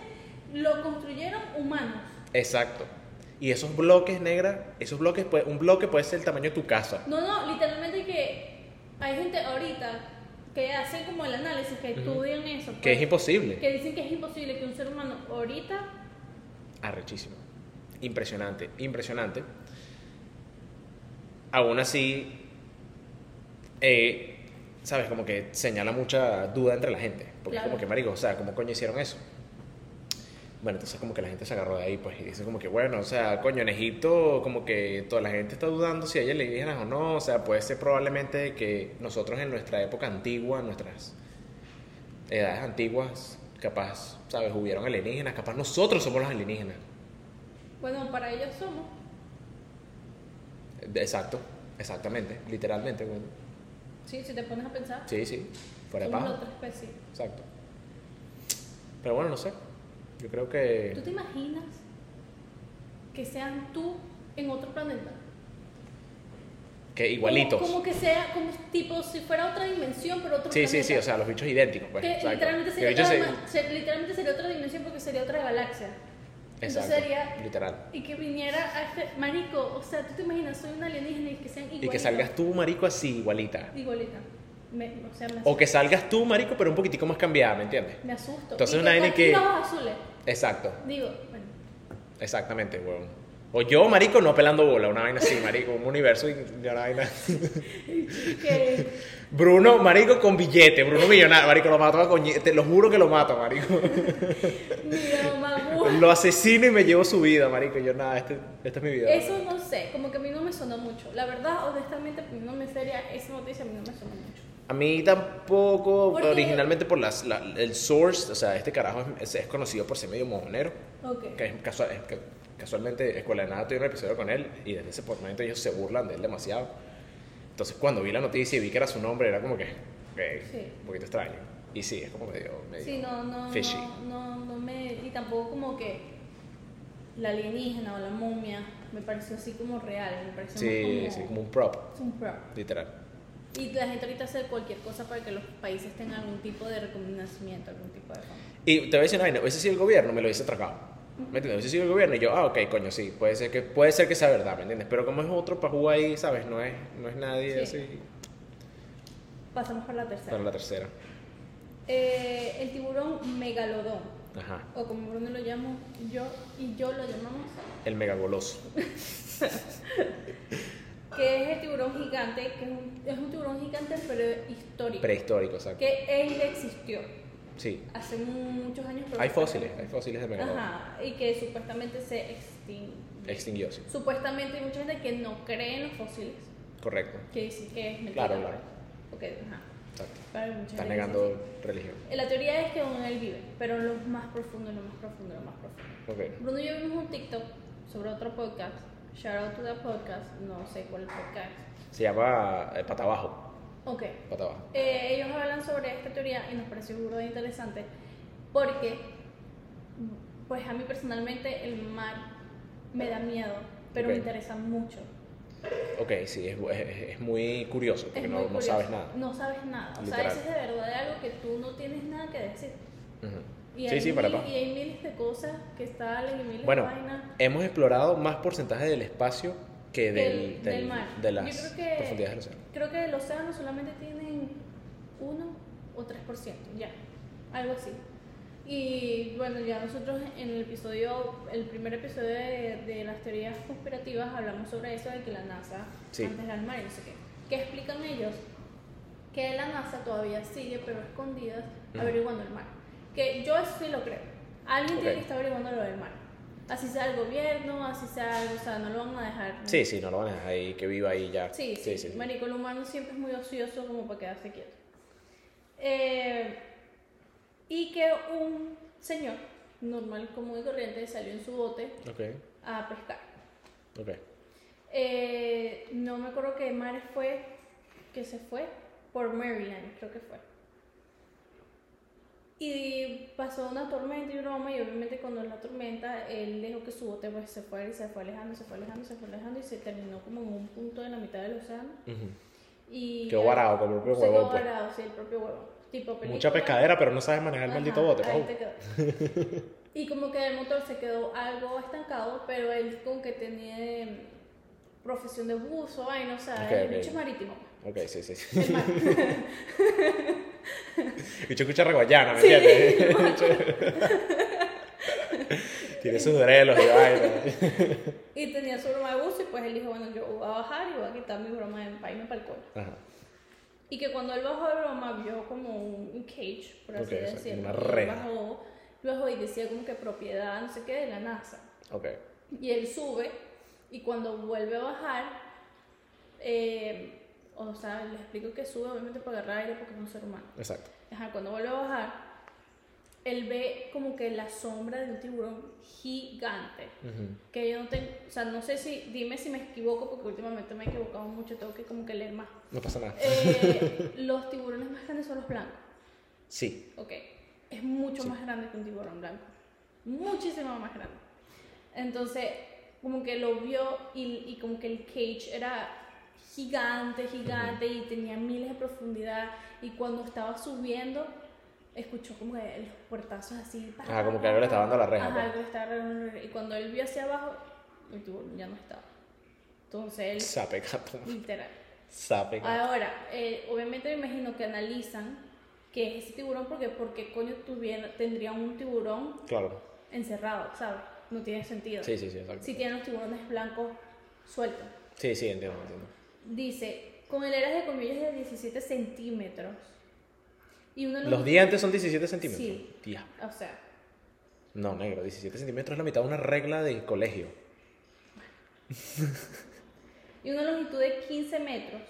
B: lo construyeron humanos.
A: Exacto. Y esos bloques negras, esos bloques, puede- un bloque puede ser el tamaño de tu casa.
B: No, no, literalmente que hay gente ahorita que hace como el análisis, que estudian eso.
A: Que
B: pues,
A: es imposible.
B: Que dicen que es imposible que un ser humano ahorita.
A: Arrechísimo. Impresionante, impresionante. Aún así, eh, ¿sabes? Como que señala mucha duda entre la gente. Porque es
B: Claro.
A: como que, marico, o sea, ¿cómo coño hicieron eso? Bueno, entonces como que la gente se agarró de ahí, pues, y dice como que, bueno, o sea, coño, en Egipto como que toda la gente está dudando si hay alienígenas o no, o sea, puede ser probablemente que nosotros en nuestra época antigua, nuestras edades antiguas, capaz, ¿sabes? Hubieron alienígenas, capaz nosotros somos los alienígenas.
B: Bueno, para ellos somos.
A: Exacto, exactamente, literalmente. güey.
B: Sí, si te pones a pensar.
A: Sí, sí, fuera de
B: somos la
A: paja.
B: otra especie.
A: Exacto. Pero bueno, no sé. Yo creo que.
B: ¿Tú te imaginas que sean tú en otro planeta?
A: Que igualitos.
B: Como, como que sea, como tipo si fuera otra dimensión, pero otro
A: Sí,
B: planeta.
A: sí, sí, o sea, los bichos idénticos, pues.
B: Que
A: exacto.
B: literalmente
A: Que
B: sería,
A: bichos
B: otra,
A: se-
B: ma- se- literalmente sería otra dimensión porque sería otra galaxia. Entonces
A: Exacto,
B: sería-
A: literal.
B: Y que viniera a este marico, o sea, tú te imaginas, soy un alienígena y que sean igualitas.
A: Y que salgas tú, marico, así, igualita.
B: Igualita. Me, o sea, me asusto.
A: O que salgas tú, marico, pero un poquitico más cambiada, ¿me entiendes?
B: Me asusto.
A: Entonces
B: Y
A: una vaina
B: con
A: que-
B: los ojos azules.
A: Exacto,
B: Digo, bueno.
A: exactamente, huevón. O yo, marico, no pelando bola, una vaina así, marico, un universo y una vaina.
B: Que,
A: Bruno, marico, con billete, Bruno millonario, marico, lo mato a coñe- te lo juro que lo mato, marico.
B: mira, mamá, uh,
A: Pues Lo asesino y me llevo su vida, marico. Yo nada, este, esta es mi vida.
B: Eso no sé, como que a mí no me sonó mucho. La verdad, honestamente, poniéndome seria, esa noticia a mí no me sonó mucho.
A: A mí tampoco,
B: ¿Por qué?
A: originalmente por las, la- el source, o sea, este carajo es, es conocido por ser medio mojonero,
B: Ok.
A: que es casual- es que casualmente Escuela de Nada tuve un episodio con él y desde ese momento ellos se burlan de él demasiado. Entonces cuando vi la noticia y vi que era su nombre, era como que, ok,
B: Sí.
A: un poquito extraño. Y sí, es como medio, medio
B: Sí, no, no,
A: fishy.
B: no, no, no me... Y tampoco como que la alienígena o la momia me pareció así como real, me pareció
A: Sí,
B: más
A: sí,
B: como...
A: como un prop,
B: es un prop.
A: literal.
B: Y la gente ahorita hace cualquier cosa para que los países tengan algún tipo de reconocimiento, algún tipo de fama.
A: Y te voy a decir una vaina, ese sí el gobierno me lo hice atracado. ¿Me entiendes? Hubiese sido el gobierno y yo, ah, ok, coño, sí, puede ser que, puede ser que sea verdad, ¿me entiendes? Pero como es otro pajú ahí, ¿sabes? No es, no es nadie
B: Sí.
A: así.
B: Pasamos por la tercera.
A: Para la tercera.
B: Eh, el tiburón megalodón,
A: Ajá.
B: o como Bruno lo llamo yo y yo lo llamamos,
A: El megagoloso.
B: que es el tiburón gigante, que es un, es un tiburón gigante pero histórico,
A: Prehistórico, exacto.
B: que él existió
A: Sí.
B: hace muchos años. pero-
A: Hay fósiles, hay fósiles de megalodón.
B: Ajá, y que supuestamente se extinguió.
A: Extinguió, sí.
B: Supuestamente hay mucha gente que no cree en los fósiles,
A: Correcto.
B: que dicen que es mentira.
A: Claro, claro.
B: Ok, ajá.
A: Exacto.
B: Pero hay mucha gente
A: Estás
B: que
A: negando
B: dice
A: religión.
B: así. Eh, La teoría es que aún él vive, pero en lo más profundo, en lo más profundo, en lo más profundo.
A: Ok.
B: Bruno y yo vimos un TikTok sobre otro podcast. Shout out to the podcast, no sé cuál podcast.
A: Se llama eh, pata abajo.
B: Ok.
A: Pata abajo.
B: Eh, ellos hablan sobre esta teoría y nos pareció burda de interesante porque, pues a mí personalmente el mar me da miedo, pero
A: Ok.
B: me interesa mucho.
A: Ok, sí, es, es- es muy curioso porque
B: Es
A: no,
B: muy
A: no
B: curioso.
A: sabes nada.
B: No sabes nada. O
A: Literal.
B: sea, eso es de verdad de algo que tú no tienes nada que decir.
A: Ujú.
B: Y
A: Sí,
B: hay
A: sí, para
B: mil-
A: abajo.
B: Y hay miles de cosas que salen y miles
A: Bueno,
B: de vainas.
A: hemos explorado más porcentaje del espacio que del,
B: Del- del mar.
A: de
B: Yo
A: las
B: creo que-
A: profundidades del océano.
B: Creo que el océano solamente tienen 1 o 3%, ya, algo así. Y bueno, ya nosotros en el episodio, el primer episodio de, de las teorías conspirativas hablamos sobre eso de que la NASA
A: Sí.
B: antes del mar y no sé qué. ¿Qué explican ellos? Que la NASA todavía sigue, pero escondidas,
A: Ujú.
B: averiguando el mar. Que yo eso sí lo creo. Alguien
A: Ok.
B: tiene que estar averiguando lo del mar. Así sea el gobierno, así sea, o sea, no lo van a dejar.
A: Sí, sí, no lo van a dejar ahí, que viva ahí ya.
B: Sí, sí,
A: sí, sí.
B: Marico, el humano siempre es muy ocioso como para quedarse quieto. Eh, y que un señor normal, común y corriente salió en su bote
A: Ok,
B: a pescar.
A: ok.
B: Eh, no me acuerdo qué mar fue que se fue, por Maryland, creo que fue. Y pasó una tormenta y una broma, y obviamente cuando la tormenta, él dejó que su bote pues, se fue, se fue alejando, se fue alejando, se fue alejando, y se terminó como en un punto de la mitad del océano.
A: Ujú.
B: Y
A: Quedó varado como el propio
B: Sí,
A: huevón,
B: quedó
A: pues.
B: varado, sí, el propio huevón. Tipo película.
A: Mucha pescadera, pero no sabes manejar el
B: Ajá,
A: maldito bote. Oh,
B: ahí
A: pau.
B: te quedó. y como que el motor se quedó algo estancado, pero él como que tenía eh, profesión de buzo, ay, no sé,
A: Ok,
B: el
A: ok.
B: bicho es marítimo.
A: Ok, sí, sí. sí.
B: El mar.
A: Y escucha reguayana, ¿me
B: Sí.
A: entiendes? Tiene sus drelos y vaina.
B: y tenía su broma de buzo y pues él dijo, bueno, yo voy a bajar y voy a quitar mi broma de empaime para el coño.
A: Ajá.
B: Y que cuando él bajó de broma vio como un cage, por así
A: Ok, o sea,
B: decirlo.
A: una
B: Y él
A: reja.
B: Bajó, bajó y decía como que propiedad, no sé qué, de la NASA.
A: Ok.
B: Y él sube y cuando vuelve a bajar, eh, o sea, les explico que sube obviamente para agarrar aire porque es un ser humano.
A: Exacto.
B: Ajá, cuando vuelve a bajar, él ve como que la sombra de un tiburón gigante.
A: Ujú.
B: Que yo no tengo, o sea, no sé si, dime si me equivoco porque últimamente me he equivocado mucho, tengo que como que leer más.
A: No pasa nada.
B: Eh, los tiburones más grandes son los blancos,
A: Sí.
B: ok. Es mucho
A: Sí.
B: más grande que un tiburón blanco, muchísimo más grande. Entonces, como que lo vio y, y como que el cage era gigante, gigante y tenía miles de profundidad. Y cuando estaba subiendo, escuchó como que los puertazos así. pa,
A: Ah, como
B: pa,
A: que algo le estaba dando a la reja,
B: Ajá,
A: pues.
B: algo le estaba dando la reja. Y cuando él vio hacia abajo, el tiburón ya no estaba. Entonces
A: Sape gato.
B: él, literal.
A: Sape gato.
B: Ahora, eh, obviamente me imagino que analizan que es ese tiburón porque porque coño tuviera, tendría un tiburón
A: Claro.
B: encerrado, ¿sabes? No tiene sentido.
A: Sí, sí, sí, exacto.
B: Si tienen los tiburones blancos sueltos.
A: Sí, sí, entiendo, entiendo.
B: Dice, con hileras de colmillos de 17 centímetros. Y uno de
A: Los dientes son 17 centímetros.
B: Sí.
A: Tía.
B: O sea,
A: No, negro, 17 centímetros es la mitad de una regla de colegio.
B: y una longitud de 15 metros.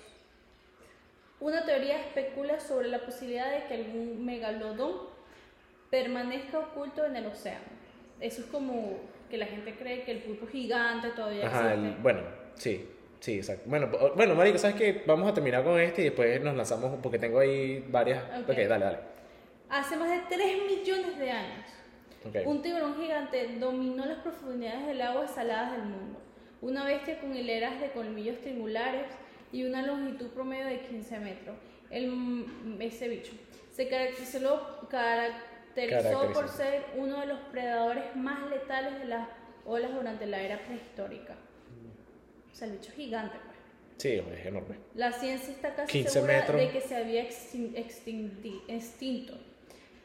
B: Una teoría especula sobre la posibilidad de que algún megalodón permanezca oculto en el océano. Eso es como que la gente cree que el pulpo gigante todavía
A: Ajá, el-
B: existe.
A: bueno, sí, sí, exacto. Bueno, po- bueno, Marico, ¿sabes qué? Vamos a terminar con este y después nos lanzamos porque tengo ahí varias. Ok,
B: Ok.
A: dale, dale.
B: Hace más de 3 millones de años,
A: Ok.
B: un tiburón gigante dominó las profundidades del agua saladas del mundo. Una bestia con hileras de colmillos triangulares y una longitud promedio de 15 metros. El, ese bicho se caracterizó, cara- caracterizó por
A: Caracterizó.
B: ser uno de los predadores más letales de las olas durante la era prehistórica. O sea, el bicho es gigante, pues.
A: Sí, es enorme.
B: La ciencia está casi
A: 15
B: segura
A: metros.
B: de que se había extin- extinti- extinto,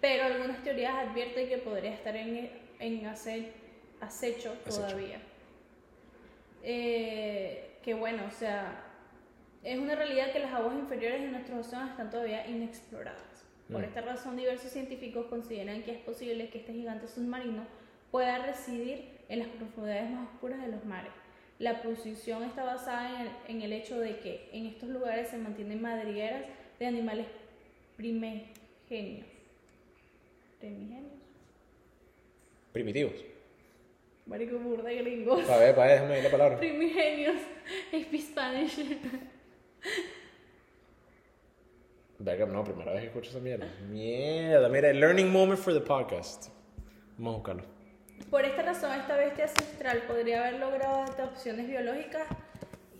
B: pero algunas teorías advierten que podría estar en, en ace- acecho
A: Acecho.
B: todavía. Eh, que bueno, o sea, es una realidad que las aguas inferiores de nuestros océanos están todavía inexploradas. Por
A: Mm.
B: esta razón, diversos científicos consideran que es posible que este gigante submarino pueda residir en las profundidades más oscuras de los mares. La posición está basada en el, en el hecho de que en estos lugares se mantienen madrigueras de animales primigenios. ¿Primigenios?
A: Primitivos.
B: Marico burda gringos.
A: A ver, pa' ver, déjame ver la palabra.
B: Primigenios. It's Spanish.
A: Verga, no, primera vez que escucho esa mierda. Mierda, mira, learning moment for the podcast. Vamos a buscarlo.
B: Por esta razón, esta bestia ancestral podría haber logrado adaptaciones biológicas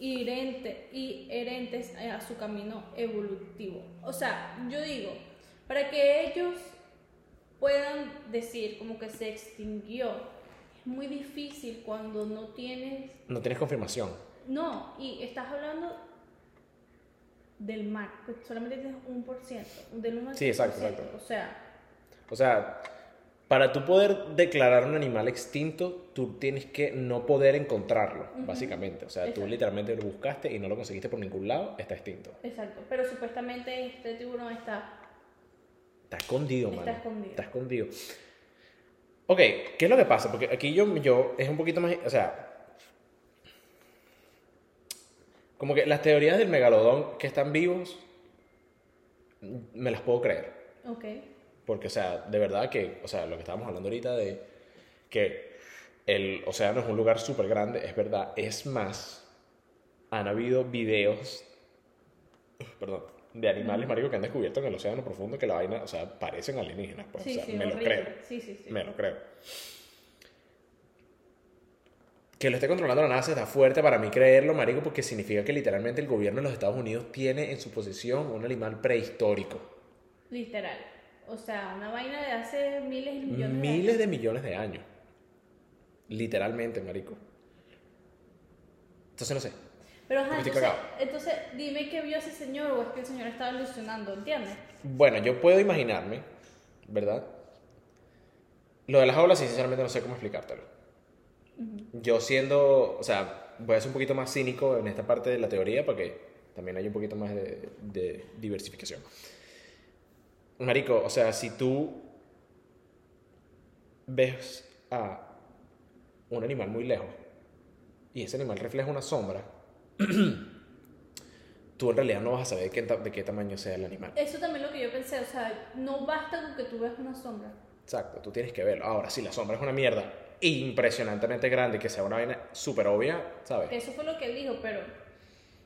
B: inherente- inherentes a su camino evolutivo. O sea, yo digo, para que ellos puedan decir como que se extinguió, es muy difícil cuando no tienes...
A: No tienes confirmación.
B: No, y estás hablando del mar, pues solamente tienes un por ciento, del 1 al
A: Sí, exacto,
B: 100%,
A: exacto.
B: O sea,
A: O sea, para tú poder declarar un animal extinto, tú tienes que no poder encontrarlo, básicamente. O sea, tú
B: Exacto.
A: literalmente lo buscaste y no lo conseguiste por ningún lado, está extinto.
B: exacto, pero supuestamente este tiburón está
A: Está escondido,
B: Está
A: mano.
B: escondido.
A: Está escondido. Ok, ¿qué es lo que pasa? Porque aquí yo, yo es un poquito más... O sea, como que las teorías del megalodón que están vivos, me las puedo creer.
B: Ok,
A: Porque, o sea, de verdad que, o sea, lo que estábamos hablando ahorita de que el océano es un lugar súper grande, es verdad. Es más, han habido videos, perdón, de animales, marico, que han descubierto en el océano profundo que la vaina, o sea, parecen alienígenas. Pues,
B: sí,
A: o sea,
B: sí,
A: me lo
B: horrible.
A: creo,
B: Sí, sí, sí.
A: me lo creo. Que lo esté controlando la NASA está fuerte para mí creerlo, marico, porque significa que literalmente el gobierno de los Estados Unidos tiene en su posesión un animal prehistórico.
B: Literal. O sea, una vaina de hace miles y millones
A: Miles
B: de
A: de millones de años. Literalmente, marico. Entonces no sé.
B: años. Pero ajá,
A: Porque estoy
B: entonces, entonces dime qué vio ese señor o es que el señor estaba ilusionando, ¿entiendes?
A: Bueno, yo puedo imaginarme, ¿verdad? Lo de las aulas, sí, sinceramente no sé cómo explicártelo. Yo siendo, o sea, voy a ser un poquito más cínico en esta parte de la teoría para que también haya un poquito más de, de diversificación. Marico, o sea, si tú ves a un animal muy lejos y ese animal refleja una sombra, tú en realidad no vas a saber de qué, ta- de qué tamaño sea el animal.
B: Eso también es lo que yo pensé, o sea, no basta con que tú veas una sombra.
A: Exacto, tú tienes que verlo. Ahora, si la sombra es una mierda impresionantemente grande, que sea una vaina súper obvia,
B: Que
A: ¿sabes?
B: eso fue lo que él dijo, pero,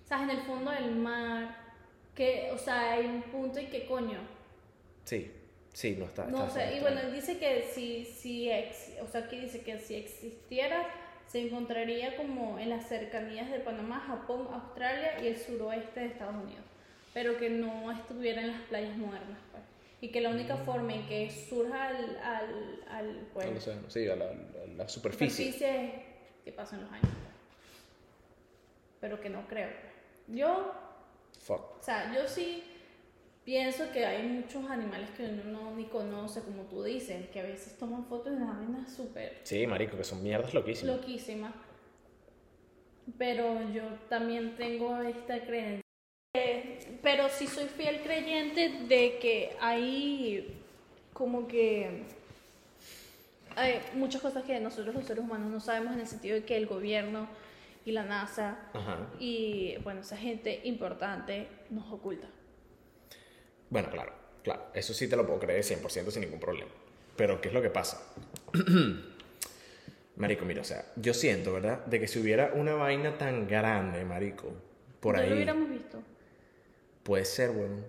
B: ¿sabes? En el fondo del mar, que, o sea, hay un punto y que coño.
A: Sí, sí, no está.
B: No
A: está-
B: sé, y
A: está-
B: bueno, él dice que si, si ex- o sea, aquí dice que si existiera, se encontraría como en las cercanías de Panamá, Japón, Australia y el suroeste de Estados Unidos, pero que no estuviera en las playas modernas. pues. Y que la única forma en que surja al, al, al
A: no
B: bueno,
A: lo sé, no, sí, a la, a la superficie.
B: superficie es que pasan los años. pues. Pero que no creo. pues. Yo
A: Fuck.
B: o sea, yo sí pienso que hay muchos animales que uno no ni conoce, como tú dices, que a veces toman fotos de unas vainas súper
A: Sí, marico, que son mierdas loquísimas.
B: loquísimas. Pero yo también tengo esta creencia. Eh, pero sí soy fiel creyente de que hay como que hay muchas cosas que nosotros los seres humanos no sabemos en el sentido de que el gobierno y la NASA
A: Ajá.
B: y bueno, esa gente importante nos oculta.
A: Bueno, claro, claro. Eso sí te lo puedo creer 100% sin ningún problema. Pero, ¿qué es lo que pasa? marico, mira, o sea, yo siento, ¿verdad? De que si hubiera una vaina tan grande, marico, por
B: no
A: ahí.
B: lo hubiéramos visto.
A: Puede ser, weón.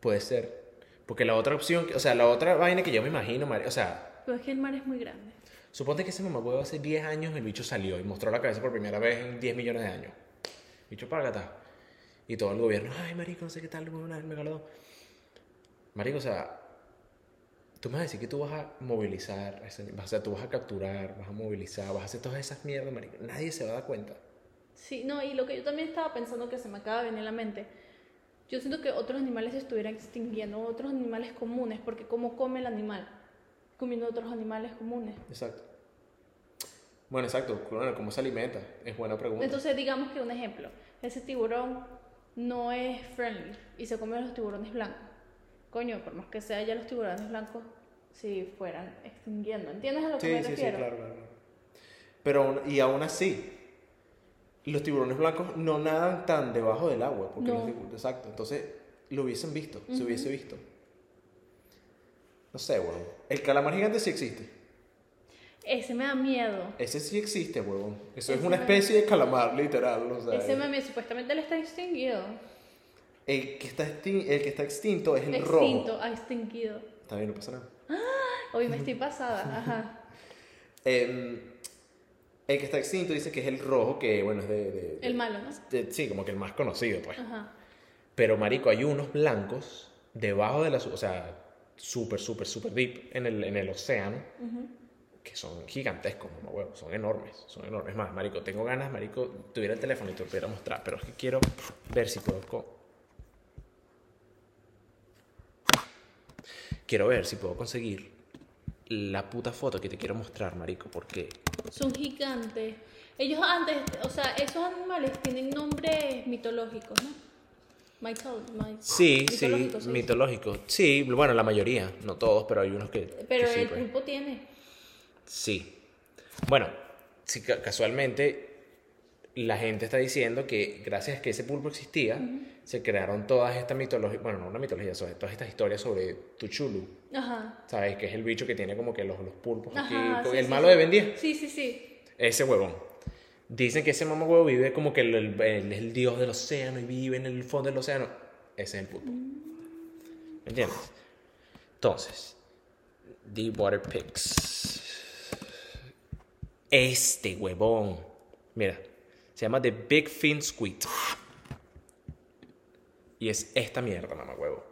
A: Puede ser. Porque la otra opción, o sea, la otra vaina que yo me imagino, María, o sea,
B: Pero es que el mar es muy grande.
A: suponte que ese mamacuevo hace 10 años el bicho salió y mostró la cabeza por primera vez en 10 millones de años. Bicho págata. Y todo el gobierno, ay, marico, no sé qué tal, weón, el megalodón. Marico, o sea, Tú me vas a decir que tú vas a movilizar, o sea, tú vas a capturar, vas a movilizar, vas a hacer todas esas mierdas, marico. Nadie se va a dar cuenta.
B: Sí, no, y lo que yo también estaba pensando que se me acaba de venir a la mente, yo siento que otros animales se estuvieran extinguiendo, otros animales comunes, porque ¿cómo come el animal? Comiendo otros animales comunes.
A: Exacto. Bueno, exacto. Bueno, ¿cómo se alimenta? Es buena pregunta.
B: Entonces, digamos que un ejemplo, ese tiburón no es friendly y se come los tiburones blancos. Coño, por más que sea ya los tiburones blancos, si fueran extinguiendo, ¿entiendes a lo que
A: sí,
B: me
A: sí, sí,
B: refiero?
A: claro, claro. claro. Pero, aún- y aún así, los tiburones blancos no nadan tan debajo del agua. Porque
B: No.
A: los tibu- exacto. Entonces, lo hubiesen visto, se
B: Ujú.
A: hubiese visto. No sé, huevón. El calamar gigante sí existe.
B: Ese me da miedo.
A: Ese sí existe, huevón. Eso es
B: Ese
A: una
B: me-
A: especie de calamar, literal. o sea,
B: Ese
A: es-
B: meme supuestamente él está extinguido.
A: el, que está extin- el que está extinto es el rojo.
B: Extinto, ah, extinguido.
A: Está bien, no pasa nada.
B: Hoy me estoy pasada, ajá.
A: Em, el que está extinto dice que es el rojo, que bueno, es de. de- de-
B: El malo, ¿no?
A: de- sí, como que el más conocido, pues.
B: Ajá.
A: Pero, marico, hay unos blancos debajo de la... su- O sea, súper, súper, súper deep en el, en el océano
B: ujú.
A: que son gigantescos, mamá huevo. Son enormes, son enormes. Es más, marico, tengo ganas, marico, tuviera el teléfono y te lo pudiera mostrar. Pero es que quiero ver si puedo... co- Quiero ver si puedo conseguir la puta foto que te quiero mostrar, marico, porque...
B: Son gigantes. Ellos antes, o sea, esos animales tienen nombres mitológicos, ¿no? Mythol, my-
A: Sí, sí,
B: mitológicos,
A: mitológico. Sí, bueno, la mayoría, no todos, pero hay unos que... que
B: Pero
A: sí,
B: el
A: pues.
B: pulpo tiene.
A: Sí. Bueno, sí, ca- casualmente la gente está diciendo que gracias a que ese pulpo existía, se crearon todas estas mitologías, bueno, no una mitología, sobre todas estas historias sobre Tuchulu,
B: Ajá.
A: ¿sabes? Que es el bicho que tiene como que los, los pulpos aquí,
B: Ajá,
A: con-
B: sí,
A: el
B: sí,
A: malo
B: sí.
A: de Ben 10,
B: Sí, sí, sí.
A: ese huevón. Dicen que ese mamá huevo vive como que el, el- el- es el dios del océano y vive en el fondo del océano. Ese es el pulpo. ¿Me entiendes? Entonces, The Water Pigs. Este huevón. Mira, se llama The Big Fin Squid. Y es esta mierda, mamá huevo.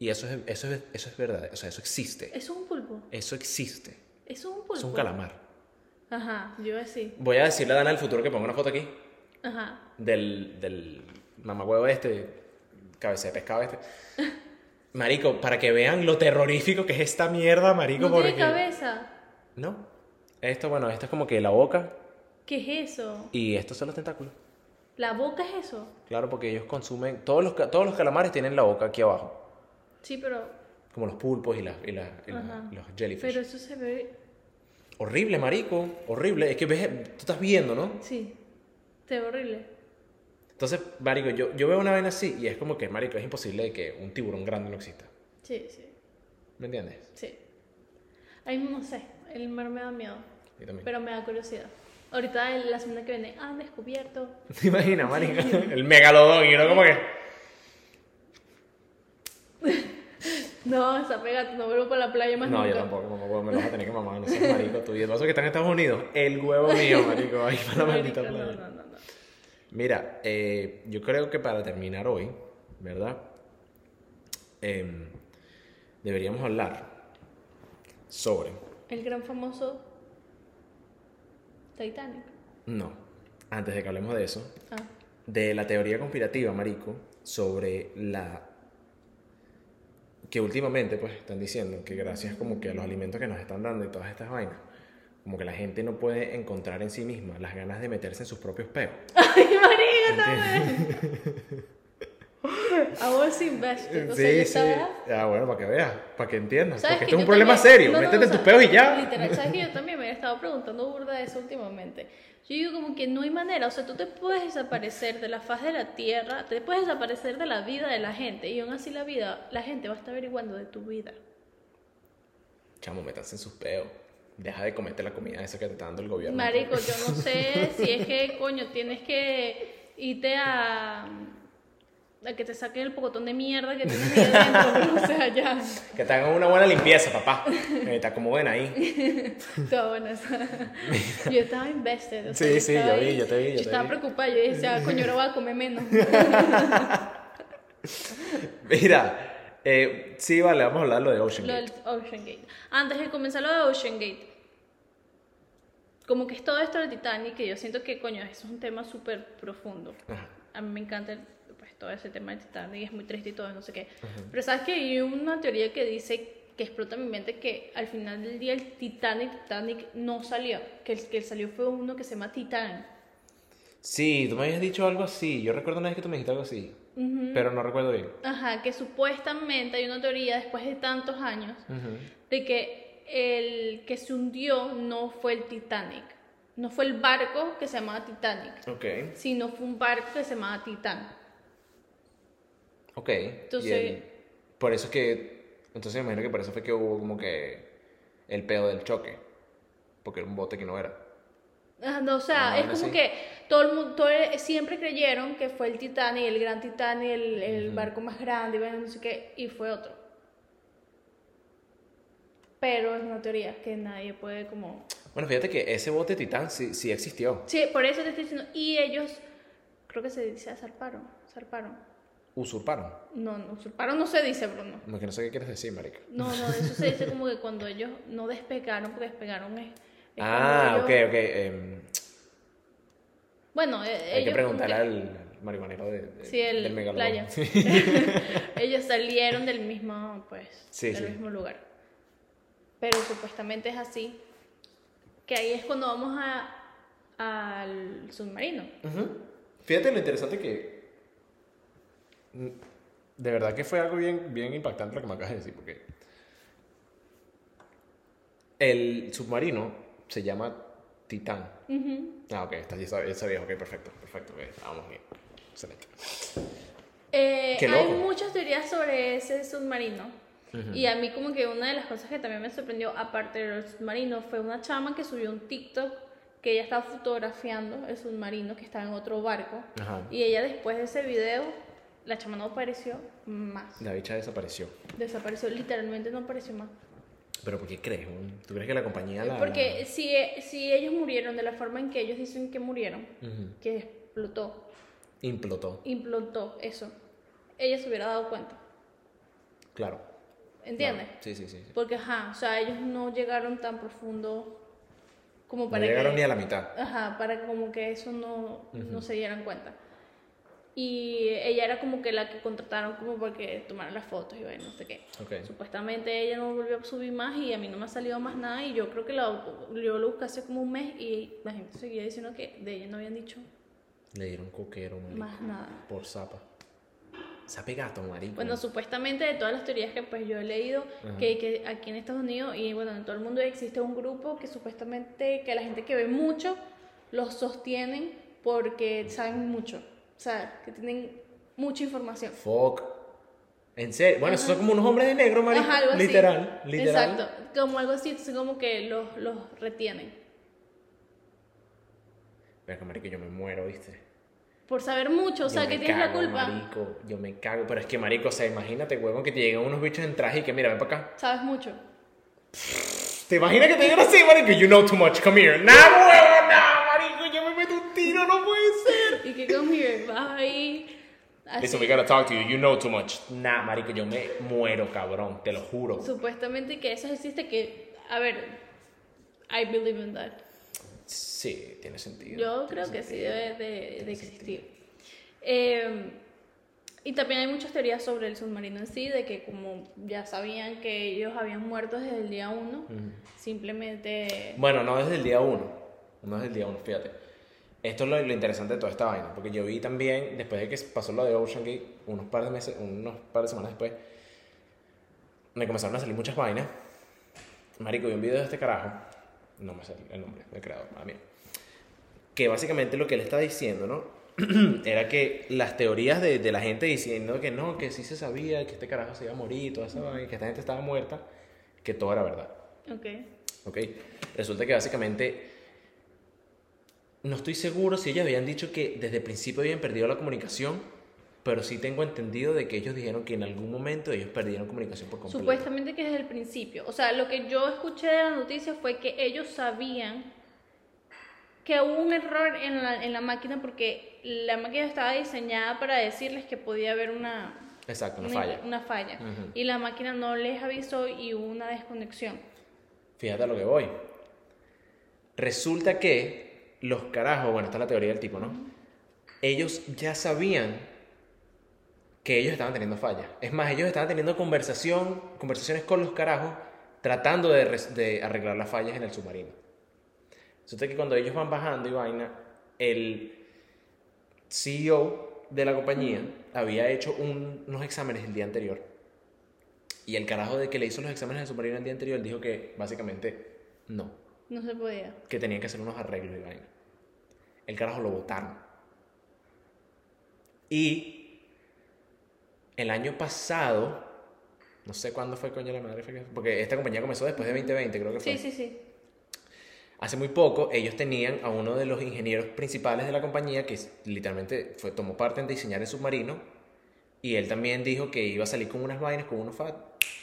A: Y eso es, eso, es, eso es verdad. O sea, eso existe.
B: Eso es un pulpo.
A: Eso existe.
B: Eso es un pulpo.
A: Es un calamar.
B: Ajá, yo así.
A: Voy a decirle a Dana del futuro que ponga una foto aquí
B: Ajá.
A: del, del mamahuevo este, cabeza de pescado este. Marico, para que vean lo terrorífico que es esta mierda, marico,
B: No
A: porque...
B: tiene cabeza.
A: No. Esto, bueno, esto es como que la boca
B: ¿Qué es eso?
A: y estos son los tentáculos.
B: ¿La boca es eso?
A: Claro, porque ellos consumen... Todos los, ca- todos los calamares tienen la boca aquí abajo.
B: Sí, pero.
A: Como los pulpos y, las y, la- y la-
B: Ajá.
A: los jellyfish.
B: Pero eso se ve.
A: Horrible, marico. Horrible. Es que ves... Tú estás viendo, ¿no?
B: Sí. Se ve horrible.
A: Entonces, marico, yo, yo veo una vaina así y es como que, marico, es imposible que un tiburón grande no exista.
B: Sí, sí.
A: ¿Me entiendes?
B: Sí. Ahí no sé. El mar me da miedo.
A: Yo también.
B: Pero me da curiosidad. Ahorita el- la semana que viene han descubierto.
A: ¿Te imaginas, marico? El megalodón, y uno como que...
B: No, esa pegata, no vuelvo para la playa más
A: no,
B: nunca.
A: yo tampoco, mamá, huevo, me lo vas a tener que mamar, no seas marico tú. Y el vaso que está en Estados Unidos, el huevo mío, marico, ahí para la maldita
B: Marica,
A: playa.
B: no, no, no, no.
A: Mira, eh, yo creo que para terminar hoy, ¿verdad? Em, deberíamos hablar sobre...
B: El gran famoso Titanic.
A: No, antes de que hablemos de eso,
B: Ah,
A: de la teoría conspirativa, marico, sobre la que últimamente pues están diciendo que gracias como que a los alimentos que nos están dando y todas estas vainas, como que la gente no puede encontrar en sí misma las ganas de meterse en sus propios peos.
B: ¡Ay, marica, también! I was invested. O sea, yo estaba-
A: Ah, bueno, para que veas, para que entiendas,
B: ¿Sabes
A: porque
B: que
A: esto es un
B: yo
A: problema
B: también-
A: serio,
B: no, no,
A: métete
B: no,
A: en tus
B: o sea,
A: peos y ya.
B: Literal, ¿sabes que yo también me he estado preguntando burda de eso últimamente? Yo digo como que no hay manera, o sea, tú te puedes desaparecer de la faz de la tierra, te puedes desaparecer de la vida de la gente y aún así la vida, la gente va a estar averiguando de tu vida.
A: Chamo, métanse en sus peos. Deja de comerte la comida esa que te está dando el gobierno.
B: Marico, yo no sé si es que, coño, tienes que irte a... a que te saquen el pocotón de mierda que tienes ahí adentro, o sea, ya,
A: Que te hagan una buena limpieza, papá. Eh, Te acomoden ahí.
B: todo bueno, o sea, yo estaba invested. o sea,
A: Sí, sí, yo
B: estaba
A: vi,
B: ahí-
A: yo te vi, yo te
B: estaba
A: vi.
B: preocupada, yo decía, coño, ahora voy a comer menos.
A: Mira, Eh, sí, vale, vamos a hablar de lo de Ocean
B: Lo
A: Gate.
B: del Ocean Gate. Antes de comenzar lo de Ocean Gate, como que es todo esto del Titanic, que yo siento que, coño, es un tema súper profundo.
A: Ajá.
B: A mí me encanta el- pues, todo ese tema del Titanic, es muy triste y todo, no sé qué. Pero sabes que hay una teoría que dice que explota mi mente que al final del día el Titanic, Titanic no salió, que el que salió fue uno que se llama Titán.
A: Sí, tú me habías dicho algo así. Yo recuerdo una vez que tú me dijiste algo así.
B: Mm.
A: Pero no recuerdo bien.
B: Ajá, que supuestamente hay una teoría después de tantos años
A: Ujú.
B: de que el que se hundió no fue el Titanic, no fue el barco que se llamaba Titanic,
A: Ok.
B: sino fue un barco que se llamaba Titán.
A: Ok. y
B: Entonces-
A: el- por eso es que. Entonces me imagino que por eso fue que hubo como que. El pedo del choque. Porque era un bote que no era.
B: Ah, no, o sea,
A: Ah,
B: es
A: ahora
B: como
A: sí.
B: que todo el mundo todo el- siempre creyeron que fue el Titanic, el gran Titanic, el, el barco más grande, bueno, no sé qué, y fue otro. Pero es una teoría que nadie puede como...
A: Bueno, fíjate que ese bote titán sí, sí existió.
B: Sí, por eso te estoy diciendo, y ellos, creo que se dice ah, zarparon, zarparon.
A: Usurparon.
B: No, no, usurparon no se dice, Bruno.
A: Como que no sé qué quieres decir, marica.
B: No, no, eso se dice como que cuando ellos no despegaron, porque despegaron es. es
A: Ah, ok,
B: cuando
A: ok.
B: ellos-
A: em,
B: Bueno, eh,
A: hay que
B: ellos como
A: preguntar
B: que-
A: al marihuanero de, de-
B: Sí, el
A: del megalodón.
B: playa. ellos salieron del mismo, pues,
A: Sí,
B: del
A: sí.
B: mismo lugar. Pero supuestamente es así. Que ahí es cuando vamos a, al submarino.
A: Ujú. Fíjate lo interesante que. De verdad que fue algo bien, bien impactante lo que me acabas de decir, porque. El submarino se llama Titán.
B: Ujú.
A: Ah, ok, está, ya sabía, ya sabía, ok, perfecto, perfecto, ok, vamos bien. Excelente.
B: Eh,
A: Qué
B: hay
A: loco.
B: muchas teorías sobre ese submarino. Y a mí como que una de las cosas que también me sorprendió, aparte del submarino, fue una chama que subió un TikTok que ella estaba fotografiando el submarino que estaba en otro barco.
A: Ajá.
B: Y ella después de ese video, la chama no apareció más.
A: La bicha desapareció.
B: Desapareció, literalmente no apareció más.
A: ¿Pero por qué crees? un- ¿Tú crees que la compañía la.?
B: Porque si, si ellos murieron de la forma en que ellos dicen que murieron,
A: Ujú.
B: que explotó,
A: Implotó,
B: implotó eso, ella se hubiera dado cuenta.
A: claro.
B: ¿Entiendes?
A: Claro. Sí, sí, sí. sí.
B: Porque, ajá, o sea, ellos no llegaron tan profundo como
A: No
B: para
A: llegaron
B: que...
A: ni a la mitad.
B: Ajá, para como que eso no, no se dieran cuenta. Y ella era como que la que contrataron como para que tomara las fotos y bueno, no sé qué.
A: Ok.
B: Supuestamente ella no volvió a subir más y a mí no me ha salido más nada y yo creo que la, yo lo busqué hace como un mes y la gente seguía diciendo que de ella no habían dicho
A: Le dieron coquero, marico.
B: más nada.
A: Por zapa. Sape gato, marico.
B: Bueno, supuestamente de todas las teorías que pues yo he leído, que, que aquí en Estados Unidos y bueno, en todo el mundo existe un grupo que supuestamente que la gente que ve mucho los sostienen porque saben mucho, o sea, que tienen mucha información.
A: Fuck. En serio. Bueno, esos son como unos hombres de negro, marico.
B: Ajá, algo así.
A: literal, literal.
B: Exacto, como algo así, entonces como que los, los retienen
A: Verga, marico, yo me muero, ¿viste?
B: por saber mucho, o sea,
A: Yo
B: que
A: me
B: tienes la
A: cago,
B: culpa,
A: Marico, yo me cago. Pero es que, marico, o sea, imagínate, huevón, que te llegan unos bichos en traje y que, mira, ven para acá.
B: sabes mucho.
A: ¿Te imaginas que te digan así, marico? You know too much, come here. Nah, huevón, nah, marico, yo me meto un tiro, no puede ser.
B: Y que come here, vas ahí. así.
A: Listen, we gotta talk to you, you know too much. Nah, marico, yo me muero, cabrón, te lo juro.
B: Supuestamente que eso existe que, a ver, I believe in that.
A: Sí, tiene sentido.
B: Yo
A: tiene
B: creo que sí
A: sentido.
B: debe de, de
A: Tiene
B: existir. Eh, y también hay muchas teorías sobre el submarino en sí, de que como ya sabían que ellos habían muerto desde el día uno, simplemente...
A: Bueno, no desde el día uno. No desde el día uno, fíjate. Esto es lo, lo interesante de toda esta vaina. Porque yo vi también, después de que pasó lo de Ocean Gate, unos par de meses, unos par de semanas después, me comenzaron a salir muchas vainas. Marico, vi un video de este carajo. No me sale el nombre del creador, mala mía. Que básicamente lo que él está diciendo, ¿no? Era que las teorías de, de la gente diciendo que no, que sí se sabía, que este carajo se iba a morir, toda esa vaina, que esta gente estaba muerta, que todo era verdad.
B: Ok.
A: ¿Ok? Resulta que básicamente no estoy seguro si ellos habían dicho que desde el principio habían perdido la comunicación, pero sí tengo entendido de que ellos dijeron que en algún momento ellos perdieron comunicación por completo.
B: Supuestamente que desde el principio. O sea, lo que yo escuché de la noticia fue que ellos sabían que hubo un error en la, en la máquina porque la máquina estaba diseñada para decirles que podía haber una,
A: Exacto, una
B: una,
A: falla.
B: una falla.
A: Ujú.
B: Y la máquina no les avisó y hubo una desconexión.
A: Fíjate a lo que voy. Resulta que los carajos, bueno, esta es la teoría del tipo, ¿no? Ellos ya sabían que ellos estaban teniendo fallas. Es más, ellos estaban teniendo conversación, conversaciones con los carajos tratando de, res- de arreglar las fallas en el submarino. Resulta que cuando ellos van bajando y vaina, el CEO de la compañía había hecho un- unos exámenes el día anterior. Y el carajo de que le hizo los exámenes al submarino el día anterior dijo que básicamente no,
B: No se podía.
A: que tenían que hacer unos arreglos y vaina. El carajo lo votaron. Y el año pasado, no sé cuándo fue coño la madre, fue que- porque esta compañía comenzó después de 2020, creo que fue.
B: Sí, sí, sí.
A: Hace muy poco ellos tenían a uno de los ingenieros principales de la compañía que es- literalmente fue, tomó parte en diseñar el submarino y él también dijo que iba a salir con unas vainas, con unos fat,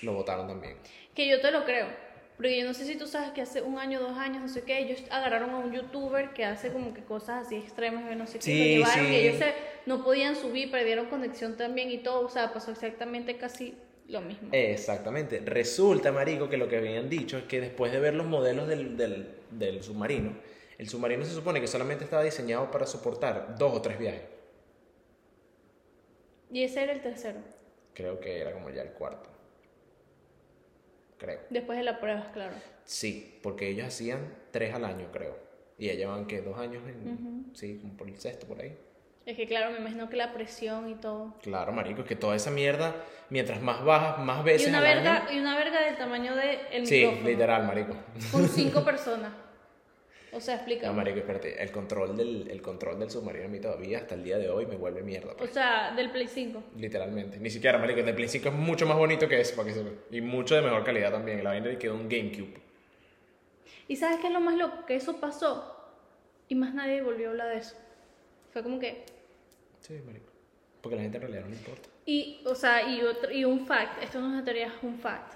A: lo votaron también.
B: Que yo te lo creo. Porque yo no sé si tú sabes que hace un año, dos años, no sé qué, ellos agarraron a un youtuber que hace como que cosas así extremas, yo no sé qué,
A: Sí,
B: lo llevaron
A: sí.
B: y ellos se- no podían subir, perdieron conexión también y todo, o sea, pasó exactamente casi lo mismo.
A: Eh. Exactamente. Resulta, marico, que lo que habían dicho es que después de ver los modelos del, del- del submarino, el submarino se supone que solamente estaba diseñado para soportar dos o tres viajes.
B: Y ese era el tercero,
A: Creo que era como ya el cuarto. Creo.
B: después de las pruebas, claro.
A: Sí, porque ellos hacían tres al año, creo. Y ya llevan que dos años en.
B: Ujú.
A: Sí, como por el sexto, por ahí.
B: Es que claro, me imagino que la presión y todo.
A: Claro, marico, es que toda esa mierda, mientras más bajas, más veces
B: Y una
A: al
B: verga,
A: año.
B: y una verga del tamaño del el
A: Sí,
B: micrófono.
A: literal, marico.
B: Con cinco personas. O sea, explica.
A: No, Ah, marico, espérate, el control del, el control del submarino a mí todavía hasta el día de hoy me vuelve mierda.
B: o
A: pues.
B: sea, del Play 5.
A: Literalmente. Ni siquiera, marico, el de Play 5 es mucho más bonito que ese, para que sepa. Y mucho de mejor calidad también. La vaina le quedó un GameCube.
B: ¿Y sabes qué es lo más loco? Que eso pasó y más nadie volvió a hablar de eso. Fue como que...
A: Sí, marico. Porque la gente en realidad no le importa.
B: Y, o sea, y, otro, y un fact, esto no es una teoría, es un fact.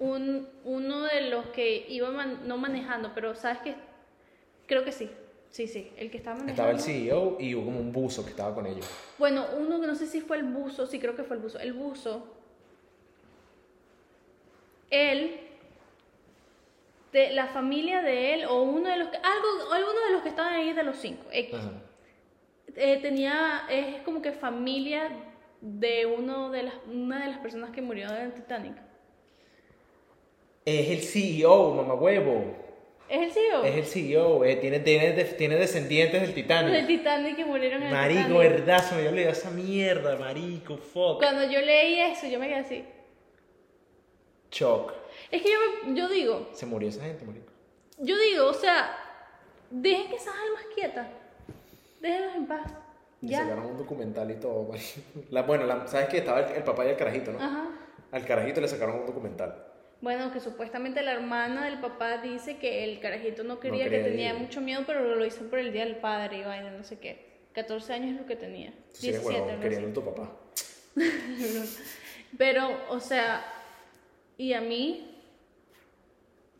B: Un, uno de los que iba man- no manejando, pero ¿sabes qué? Creo que sí. Sí, sí, el que estaba
A: Estaba
B: manejando.
A: el CEO y hubo como un buzo que estaba con ellos.
B: Bueno, uno que no sé si fue el buzo, sí creo que fue el buzo. El buzo. Él. De la familia de él o uno de los que. Algo, o alguno de los que estaban ahí de los cinco. X.
A: Ajá.
B: Eh, tenía. Es como que familia de uno de las, una de las personas que murió en el Titanic.
A: Es el CEO, mamá huevo.
B: ¿Es el E CEO?
A: Es el CEO, eh, tiene, tiene, tiene descendientes del
B: Del
A: Titanic.
B: Titanic que murieron en el
A: Marico,
B: Titanic.
A: verdad, se me había olvidado esa mierda, marico, fuck.
B: Cuando yo leí eso, yo me quedé así.
A: Choc.
B: Es que yo, me- yo digo,
A: Se murió esa gente, marico.
B: Yo digo, o sea, dejen que esas almas quietas. Déjenlos en paz.
A: Y
B: Ya.
A: sacaron un documental y todo, marico. La, bueno, la- sabes que estaba el, el papá y el carajito, ¿no?
B: Ajá.
A: Al carajito le sacaron un documental.
B: Bueno, que supuestamente la hermana del papá dice que el carajito no quería,
A: quería
B: que tenía
A: ir.
B: mucho miedo, pero lo hizo por el día del padre y vaina, no sé qué. 14 años es lo que tenía.
A: Tú sí eres
B: 17,
A: huevón,
B: no sé.
A: queriendo a tu papá.
B: Pero, o sea, y a mí.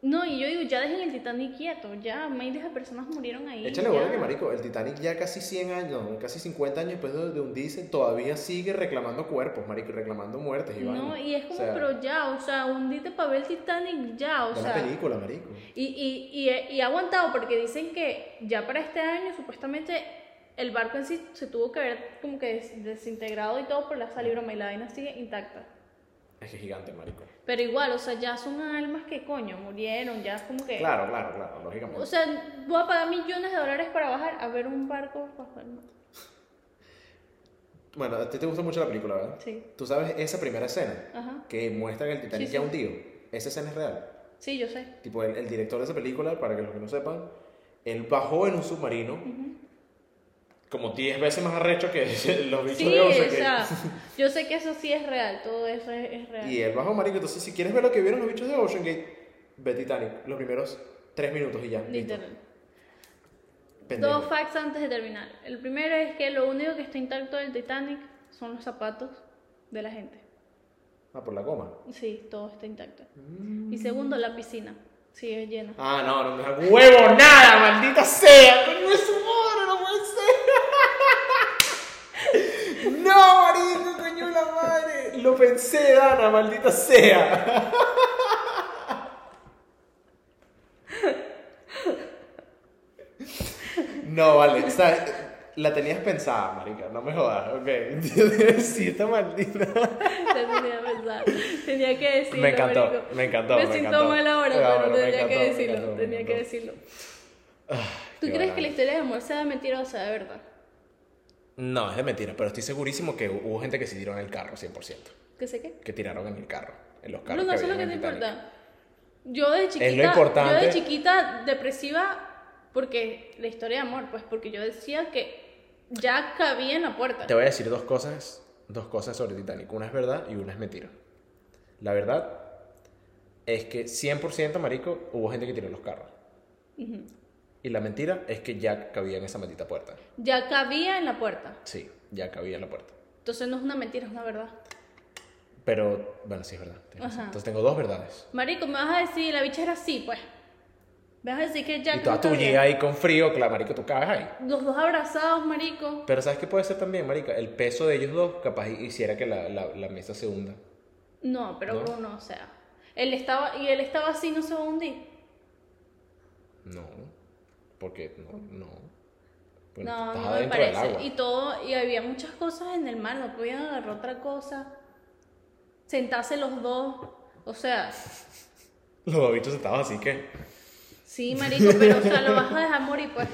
B: No, y yo digo, ya dejen el Titanic quieto, ya, miles de personas murieron ahí.
A: Échale
B: ya.
A: bola que, marico, el Titanic ya casi 100 años, no, casi 50 años después de de hundirse, todavía sigue reclamando cuerpos, marico, y reclamando muertes, Iván.
B: No, y es como,
A: o sea,
B: pero ya, o sea, hundite para ver el Titanic ya, o
A: da
B: sea.
A: la película, marico.
B: Y, y, y, y ha aguantado porque dicen que ya para este año supuestamente el barco en sí se tuvo que ver como que des- desintegrado y todo, pero la salibroma y la vaina sigue intacta.
A: Es que es gigante, marico.
B: Pero igual, o sea, ya son almas que coño, murieron, ya es como que...
A: Claro, claro, claro, lógicamente.
B: O sea, voy a pagar millones de dólares para bajar a ver un barco bajo el mar.
A: Bueno, a ti te gusta mucho la película, ¿verdad?
B: Sí.
A: Tú sabes esa primera escena
B: Ajá.
A: que muestra que el Titanic
B: Sí,
A: ya
B: sí.
A: hundido. Esa escena es real.
B: Sí, yo sé.
A: Tipo, el, el director de esa película, para que los que no sepan, él bajó en un submarino como 10 veces más arrecho que los bichos
B: Sí,
A: de Osa.
B: o
A: que-
B: sea, yo sé que eso sí es real, todo eso es, es real.
A: Y el bajo marico, entonces si quieres ver lo que vieron los bichos de Ocean Gate, ve Titanic, los primeros tres minutos y ya. listo.
B: Literal.
A: Pendejo.
B: Dos facts antes de terminar. El primero es que lo único que está intacto del Titanic son los zapatos de la gente.
A: Ah, por la goma.
B: Sí, todo está intacto. Y segundo, la piscina. Sí, es llena.
A: Ah, no, no me da huevo nada, maldita sea. Pero no es humor, no puede ser. No, marico, coño la madre. Lo pensé, Dana, maldita sea. No, vale, o sea, la tenías pensada, marica, no me jodas, ok. Sí, esta maldita.
B: tenía que pensar. Tenía que decirlo.
A: Me encantó,
B: marico.
A: me encantó,
B: Me,
A: me
B: siento
A: encantó.
B: mal ahora,
A: Ah,
B: pero
A: bueno, me
B: tenía que
A: encantó, me
B: decirlo.
A: encantó, me
B: tenía que
A: encantó. Ah,
B: decirlo. ¿Tú
A: Qué
B: crees que
A: barato.
B: la historia de amor sea mentirosa, de verdad?
A: No, es de mentira, pero estoy segurísimo que hubo gente que se tiró en el carro, 100%.
B: ¿Qué sé qué?
A: Que tiraron en el carro, en los
B: No,
A: carros.
B: no, eso es lo que
A: habían
B: te
A: en Titanic.
B: importa. Yo de chiquita,
A: importante.
B: yo de chiquita depresiva porque la historia de amor, pues porque yo decía que ya cabía en la puerta.
A: Te voy a decir dos cosas, dos cosas sobre Titanic. Una es verdad y una es mentira. La verdad es que 100% marico hubo gente que tiró en los carros. Y la mentira es que Jack cabía en esa maldita puerta.
B: Ya cabía en la puerta.
A: Sí, Jack cabía en la puerta.
B: Entonces no es una mentira, es una verdad.
A: Pero bueno, sí es verdad. tienes razón.
B: Ajá.
A: Entonces tengo dos verdades.
B: Marico, me vas a decir, la bicha era así, pues. Me vas a decir que Jack.
A: y toda
B: no
A: tu
B: cabía.
A: llega ahí con frío, claro, marico, tú cabes ahí.
B: Los dos abrazados, marico.
A: Pero ¿sabes qué puede ser también, marica? El peso de ellos dos capaz hiciera que la, la, la mesa se hunda.
B: No, pero
A: ¿No?
B: Bruno, o sea. Él estaba, y él estaba así, no se va a hundir.
A: No, porque no, no. Porque
B: No,
A: estás
B: no me
A: adentro del agua.
B: parece. Y todo, y había muchas cosas en el mar, no podían agarrar otra cosa. Sentarse los dos. O sea,
A: Los babitos estaban así que.
B: sí, marico, pero o sea, lo vas a dejar morir, pues.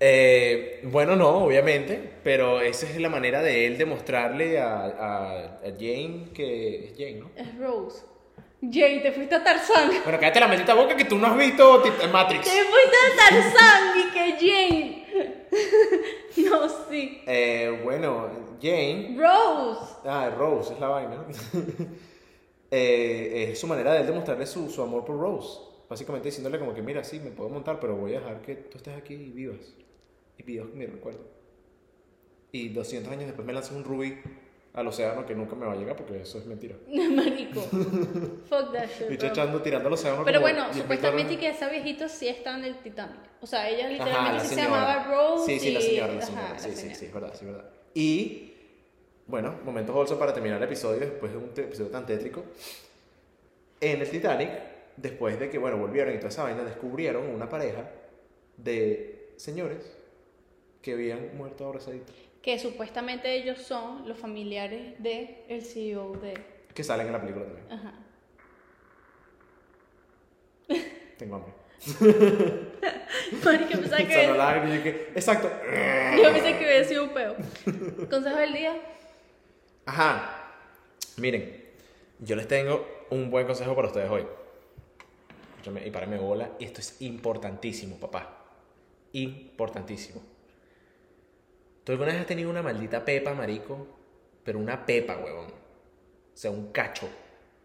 A: Eh, bueno, no, obviamente, pero esa es la manera de él demostrarle a, a, a Jane que es Jane, ¿no?
B: Es Rose. Jay, te fuiste a Tarzán. Te
A: Bueno, cállate la maldita boca que tú no has visto Tit- Matrix.
B: fuiste a Tarzán y que Jane. No, sí.
A: Eh, bueno, Jane,
B: Rose.
A: ah, Rose es la vaina. Eh, es su manera de él demostrarle su, su amor por Rose. Básicamente diciéndole como que, mira, sí, me puedo montar, pero voy a dejar que tú estés aquí y vivas. Y vivas mi recuerdo. Y 200 años después me lanzas un rubí al océano que nunca me va a llegar porque eso es mentira.
B: Marico. Fuck that shit.
A: Y
B: bro.
A: echando, tirando los océanos.
B: Pero bueno, supuestamente que esa viejita sí está en el Titanic. O sea, ella literalmente sí se llamaba Rose.
A: Sí, sí, la
B: y-
A: señora, la
B: Ajá,
A: señora.
B: la
A: sí, sí,
B: señora.
A: sí, es verdad, sí, es verdad. Y, bueno, momentos bolso para terminar el episodio después de un te- episodio tan tétrico. En el Titanic, después de que, bueno, volvieron y toda esa vaina, descubrieron una pareja de señores que habían muerto abrazaditos.
B: que supuestamente ellos son los familiares de el CEO de
A: Que salen en la película también.
B: ajá
A: Tengo hambre.
B: marica pensaba
A: Sonó
B: que
A: la vaina y yo dije, exacto.
B: yo pensé que hubiera sido un peo consejo del día
A: Ajá. Miren, yo les tengo un buen consejo para ustedes hoy. Escúchame, y párame bola. Y esto es importantísimo, papá. Importantísimo. ¿Tú alguna vez has tenido una maldita pepa, marico? Pero una pepa, huevón. O sea, un cacho.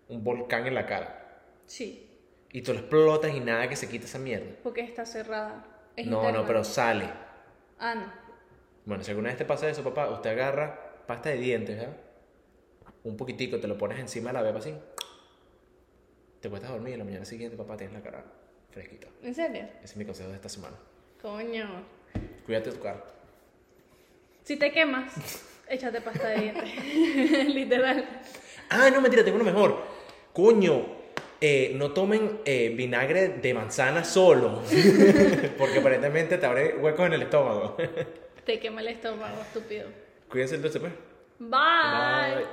A: Un volcán en la cara.
B: sí
A: Y tú lo explotas y nada que se quite esa mierda.
B: porque está cerrada es
A: no,
B: interna.
A: no, pero sale.
B: ah no
A: Bueno, si alguna vez te pasa eso, papá, usted agarra pasta de dientes, ¿verdad? Un poquitico, te lo pones encima de la beba así. Te cuesta dormir y a la mañana siguiente, papá, tienes la cara fresquita.
B: en serio
A: Ese es mi consejo de esta semana.
B: coño
A: Cuídate de tu cara.
B: si te quemas échate pasta de dientes literal
A: Ah, no, mentira, tengo uno mejor. Coño, eh, no tomen eh, vinagre de manzana solo. Porque aparentemente te abre huecos en el estómago.
B: te quema el estómago estúpido
A: Cuídense entonces, pues.
B: bye.